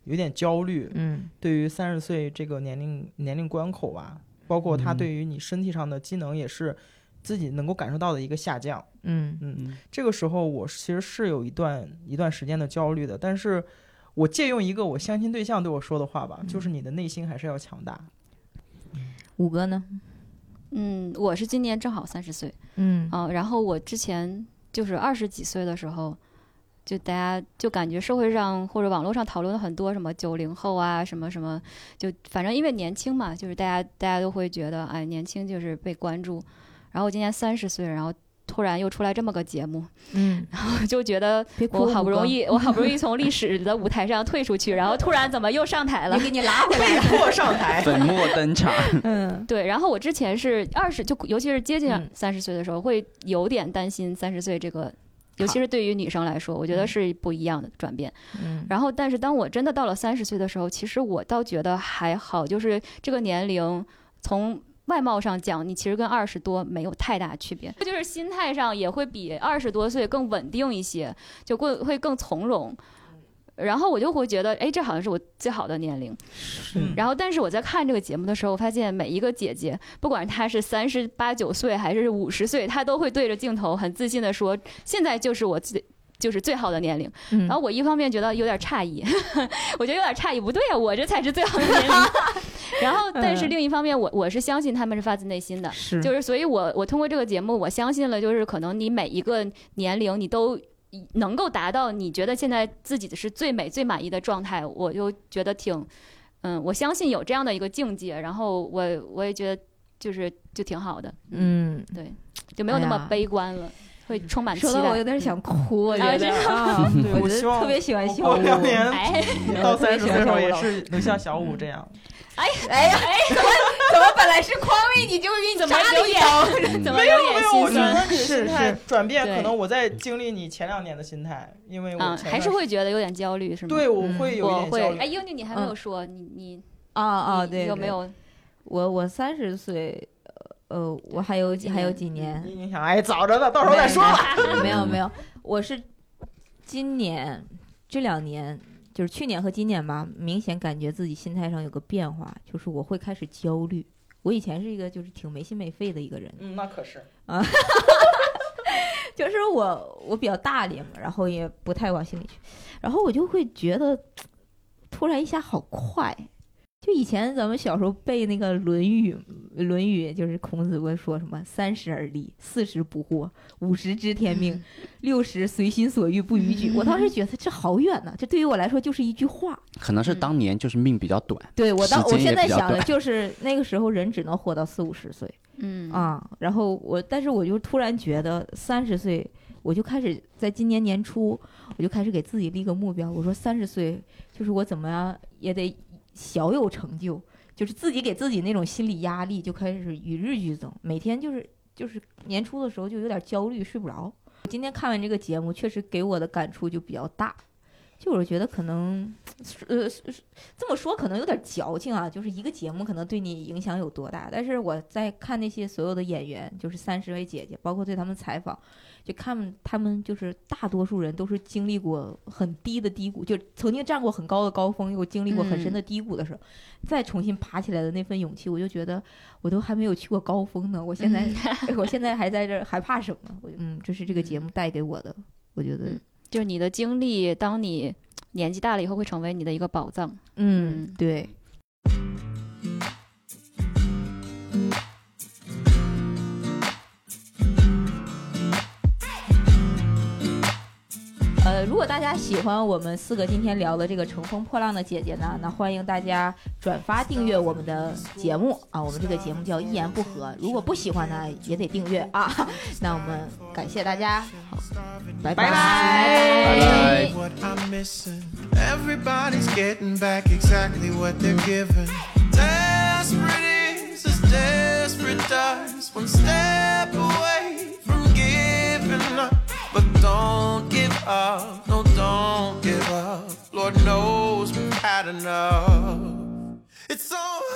[SPEAKER 5] 有点焦虑，
[SPEAKER 2] 嗯
[SPEAKER 5] 对于三十岁这个年龄年龄关口吧，包括它
[SPEAKER 4] 嗯
[SPEAKER 5] 对于你身体上的机能也是自己能够感受到的一个下降。
[SPEAKER 2] 嗯
[SPEAKER 5] 嗯，这个时候我其实是有一段一段时间的焦虑的，但是我借用一个我相亲对象对我说的话吧，
[SPEAKER 3] 嗯
[SPEAKER 5] 就是你的内心还是要强大。
[SPEAKER 2] 五哥呢？
[SPEAKER 3] 嗯，我是今年正好三十岁，
[SPEAKER 2] 嗯
[SPEAKER 3] 啊，然后我之前就是二十几岁的时候，就大家就感觉社会上或者网络上讨论了很多什么九零后啊，什么什么，就反正因为年轻嘛，就是大家大家都会觉得哎，年轻就是被关注。然后我今年三十岁，然后突然又出来这么个节目， *laughs*
[SPEAKER 2] 嗯，
[SPEAKER 3] 我就觉得
[SPEAKER 2] 别哭，
[SPEAKER 3] 我好不容
[SPEAKER 2] 易。
[SPEAKER 3] 易，我好不容易从历史的舞台上退出去，然后突然怎么又上台了
[SPEAKER 2] 也？给你拉回来了。
[SPEAKER 5] *laughs* 破上台，
[SPEAKER 4] 粉墨登场， *laughs*
[SPEAKER 2] 嗯，
[SPEAKER 3] 对，然后我之前是二十，就尤其是接近
[SPEAKER 2] 嗯
[SPEAKER 3] 三十岁的时候，会有点担心三十岁这个，尤其是对于女生来说，我觉
[SPEAKER 2] 嗯
[SPEAKER 3] 得是不一样的转变。
[SPEAKER 2] 嗯
[SPEAKER 3] 然后，但是当我真的到了三十岁的时候，其实我倒觉得还好，就是这个年龄从。外貌上讲，你其实跟二十多没有太大区别，
[SPEAKER 2] 嗯
[SPEAKER 3] 就是心态上也会比二十多岁更稳定一些，就会会更从容。
[SPEAKER 2] 嗯
[SPEAKER 3] 然后我就会觉得，哎，这好像是我最好的年龄。
[SPEAKER 5] 嗯
[SPEAKER 3] 然后，但是我在看这个节目的时候，我发现每一个姐姐，不管她是三十八九岁还是五十岁，她都会对着镜头很自信的说：“现在就是我最就是最好的年龄。”
[SPEAKER 2] 嗯
[SPEAKER 3] 然后我一方面觉得有点诧异， *laughs* 我觉得有点诧异，不对啊，我这才是最好的年龄。 *laughs* 然后，但是
[SPEAKER 2] 嗯
[SPEAKER 3] 另一方面，我我是相信他们是发自内心的，
[SPEAKER 2] 是
[SPEAKER 3] 就是所以我我通过这个节目，我相信了，就是可能你每一个年龄你都。能够达到你觉得现在自己是最美、最满意的状态，我就觉得挺，嗯，我相信有这样的一个境界，然后我我也觉得就是就挺好的，
[SPEAKER 2] 嗯，
[SPEAKER 3] 就没有那
[SPEAKER 2] 哎呀
[SPEAKER 3] 么悲观了，会充满期
[SPEAKER 2] 说到我有
[SPEAKER 3] 待。嗯
[SPEAKER 2] 点想哭，我觉
[SPEAKER 3] 啊
[SPEAKER 2] 得
[SPEAKER 3] 这
[SPEAKER 2] 嗯 *laughs* 啊，对我
[SPEAKER 5] 嗯
[SPEAKER 2] 觉
[SPEAKER 5] 我
[SPEAKER 2] 得
[SPEAKER 5] 希望
[SPEAKER 2] 特别喜欢
[SPEAKER 5] 我
[SPEAKER 2] 小
[SPEAKER 5] 过
[SPEAKER 2] 五。*laughs*
[SPEAKER 5] 两年
[SPEAKER 3] 哎，
[SPEAKER 5] 到
[SPEAKER 2] 我特
[SPEAKER 5] 三
[SPEAKER 2] 别
[SPEAKER 5] 十
[SPEAKER 2] 喜
[SPEAKER 5] 岁
[SPEAKER 2] 欢小五老
[SPEAKER 5] 的时候也
[SPEAKER 2] 师。
[SPEAKER 5] 是能像小五这样，
[SPEAKER 2] 哎呀，哎，怎么怎么本来是宽慰你，结果给你
[SPEAKER 3] 怎么
[SPEAKER 2] 扎了
[SPEAKER 3] 有
[SPEAKER 2] 一
[SPEAKER 3] 点
[SPEAKER 2] 刀？ *laughs*
[SPEAKER 3] 怎
[SPEAKER 4] 嗯
[SPEAKER 3] 么有点
[SPEAKER 5] 哎我
[SPEAKER 3] 心
[SPEAKER 5] 觉
[SPEAKER 3] 酸？
[SPEAKER 5] 得你的
[SPEAKER 2] 是
[SPEAKER 5] 心态
[SPEAKER 2] 是
[SPEAKER 5] 转变，
[SPEAKER 3] 对
[SPEAKER 5] 可能我在经历你前两年的心态，因为我
[SPEAKER 3] 嗯，
[SPEAKER 5] 前
[SPEAKER 3] 还
[SPEAKER 5] 段
[SPEAKER 3] 是
[SPEAKER 5] 时
[SPEAKER 3] 会觉得有点焦虑，是吗？
[SPEAKER 5] 对我会有
[SPEAKER 3] 我
[SPEAKER 5] 一点焦
[SPEAKER 3] 会。哎，
[SPEAKER 5] 虑。
[SPEAKER 3] 英俊，你还没有说，你你
[SPEAKER 2] *laughs* 啊啊，
[SPEAKER 3] 你
[SPEAKER 2] 对，
[SPEAKER 3] 有
[SPEAKER 2] 对
[SPEAKER 3] 没？有？
[SPEAKER 2] 我我三十岁，呃，我还有几还有几年？
[SPEAKER 5] 你你想，哎，早着呢， *laughs* 到时候再说吧。
[SPEAKER 2] *laughs* 没有没有，我是今年这两年，就是去年和今年吧，明显感觉自己心态上有个变化，就是我会开始焦虑。我以前是一个就是挺没心没肺的一个人，
[SPEAKER 5] 嗯，那可是，
[SPEAKER 2] 就是我我比较大咧嘛，然后也不太往心里去，然后我就会觉得突然一下好快。就以前咱们小时候背那个《论语》，《论语》就是孔子问说什么“三十而立，四十不惑，五十知天
[SPEAKER 3] 嗯
[SPEAKER 2] 命，
[SPEAKER 4] 嗯
[SPEAKER 2] 六十随心所欲不逾矩”。我当时觉得这好远呢、这对于我来说就是一句话。
[SPEAKER 4] 可能是当年就是命比较短，
[SPEAKER 2] 对我当
[SPEAKER 4] 时
[SPEAKER 2] 我
[SPEAKER 4] 间也
[SPEAKER 2] 现在
[SPEAKER 4] 比较
[SPEAKER 2] 想的
[SPEAKER 4] 短
[SPEAKER 2] 就是那个时候人只能活到四五十岁，
[SPEAKER 3] 嗯，
[SPEAKER 2] 啊，然后我，但是我就突然觉得三十岁，我就开始在今年年初，我就开始给自己立个目标，我说三十岁就是我怎么样也得小有成就，就是自己给自己那种心理压力就开始与日俱增，每天就是就是年初的时候就有点焦虑，睡不着。今天看完这个节目，确实给我的感触就比较大，就我觉得可能，呃，这么说可能有点矫情啊，就是一个节目可能对你影响有多大，但是我在看那些所有的演员，就是三十位姐姐，包括对他们采访，就看他们就是大多数人都是经历过很低的低谷，就曾经站过很高的高峰，又经历过很深的低谷的时候，再重新爬起来的那份勇气，我就觉得我都还没有去过高峰呢，我现在、 *laughs* 我现在还在这儿，还怕什么？我嗯，这是这个节目带给我的，我觉得
[SPEAKER 3] 嗯就是你的经历，当你年纪大了以后，会成为你的一个宝藏。
[SPEAKER 2] 嗯
[SPEAKER 3] 嗯
[SPEAKER 2] 对。呃，如果大家喜欢我们四个今天聊的这个《乘风破浪的姐姐》呢，那欢迎大家转发订阅我们的节目啊。我们这个节目叫《一言不合》，如果不喜欢呢，也得订阅啊。 *laughs* 那我们感谢大家，好，拜拜
[SPEAKER 5] 拜
[SPEAKER 3] 拜拜
[SPEAKER 6] what I'm missing. Everybody's getting back exactly what they're given. Desperate is as desperate does. One step away from giving up. But don't give up. No, don't give up. Lord knows we've had enough. It's so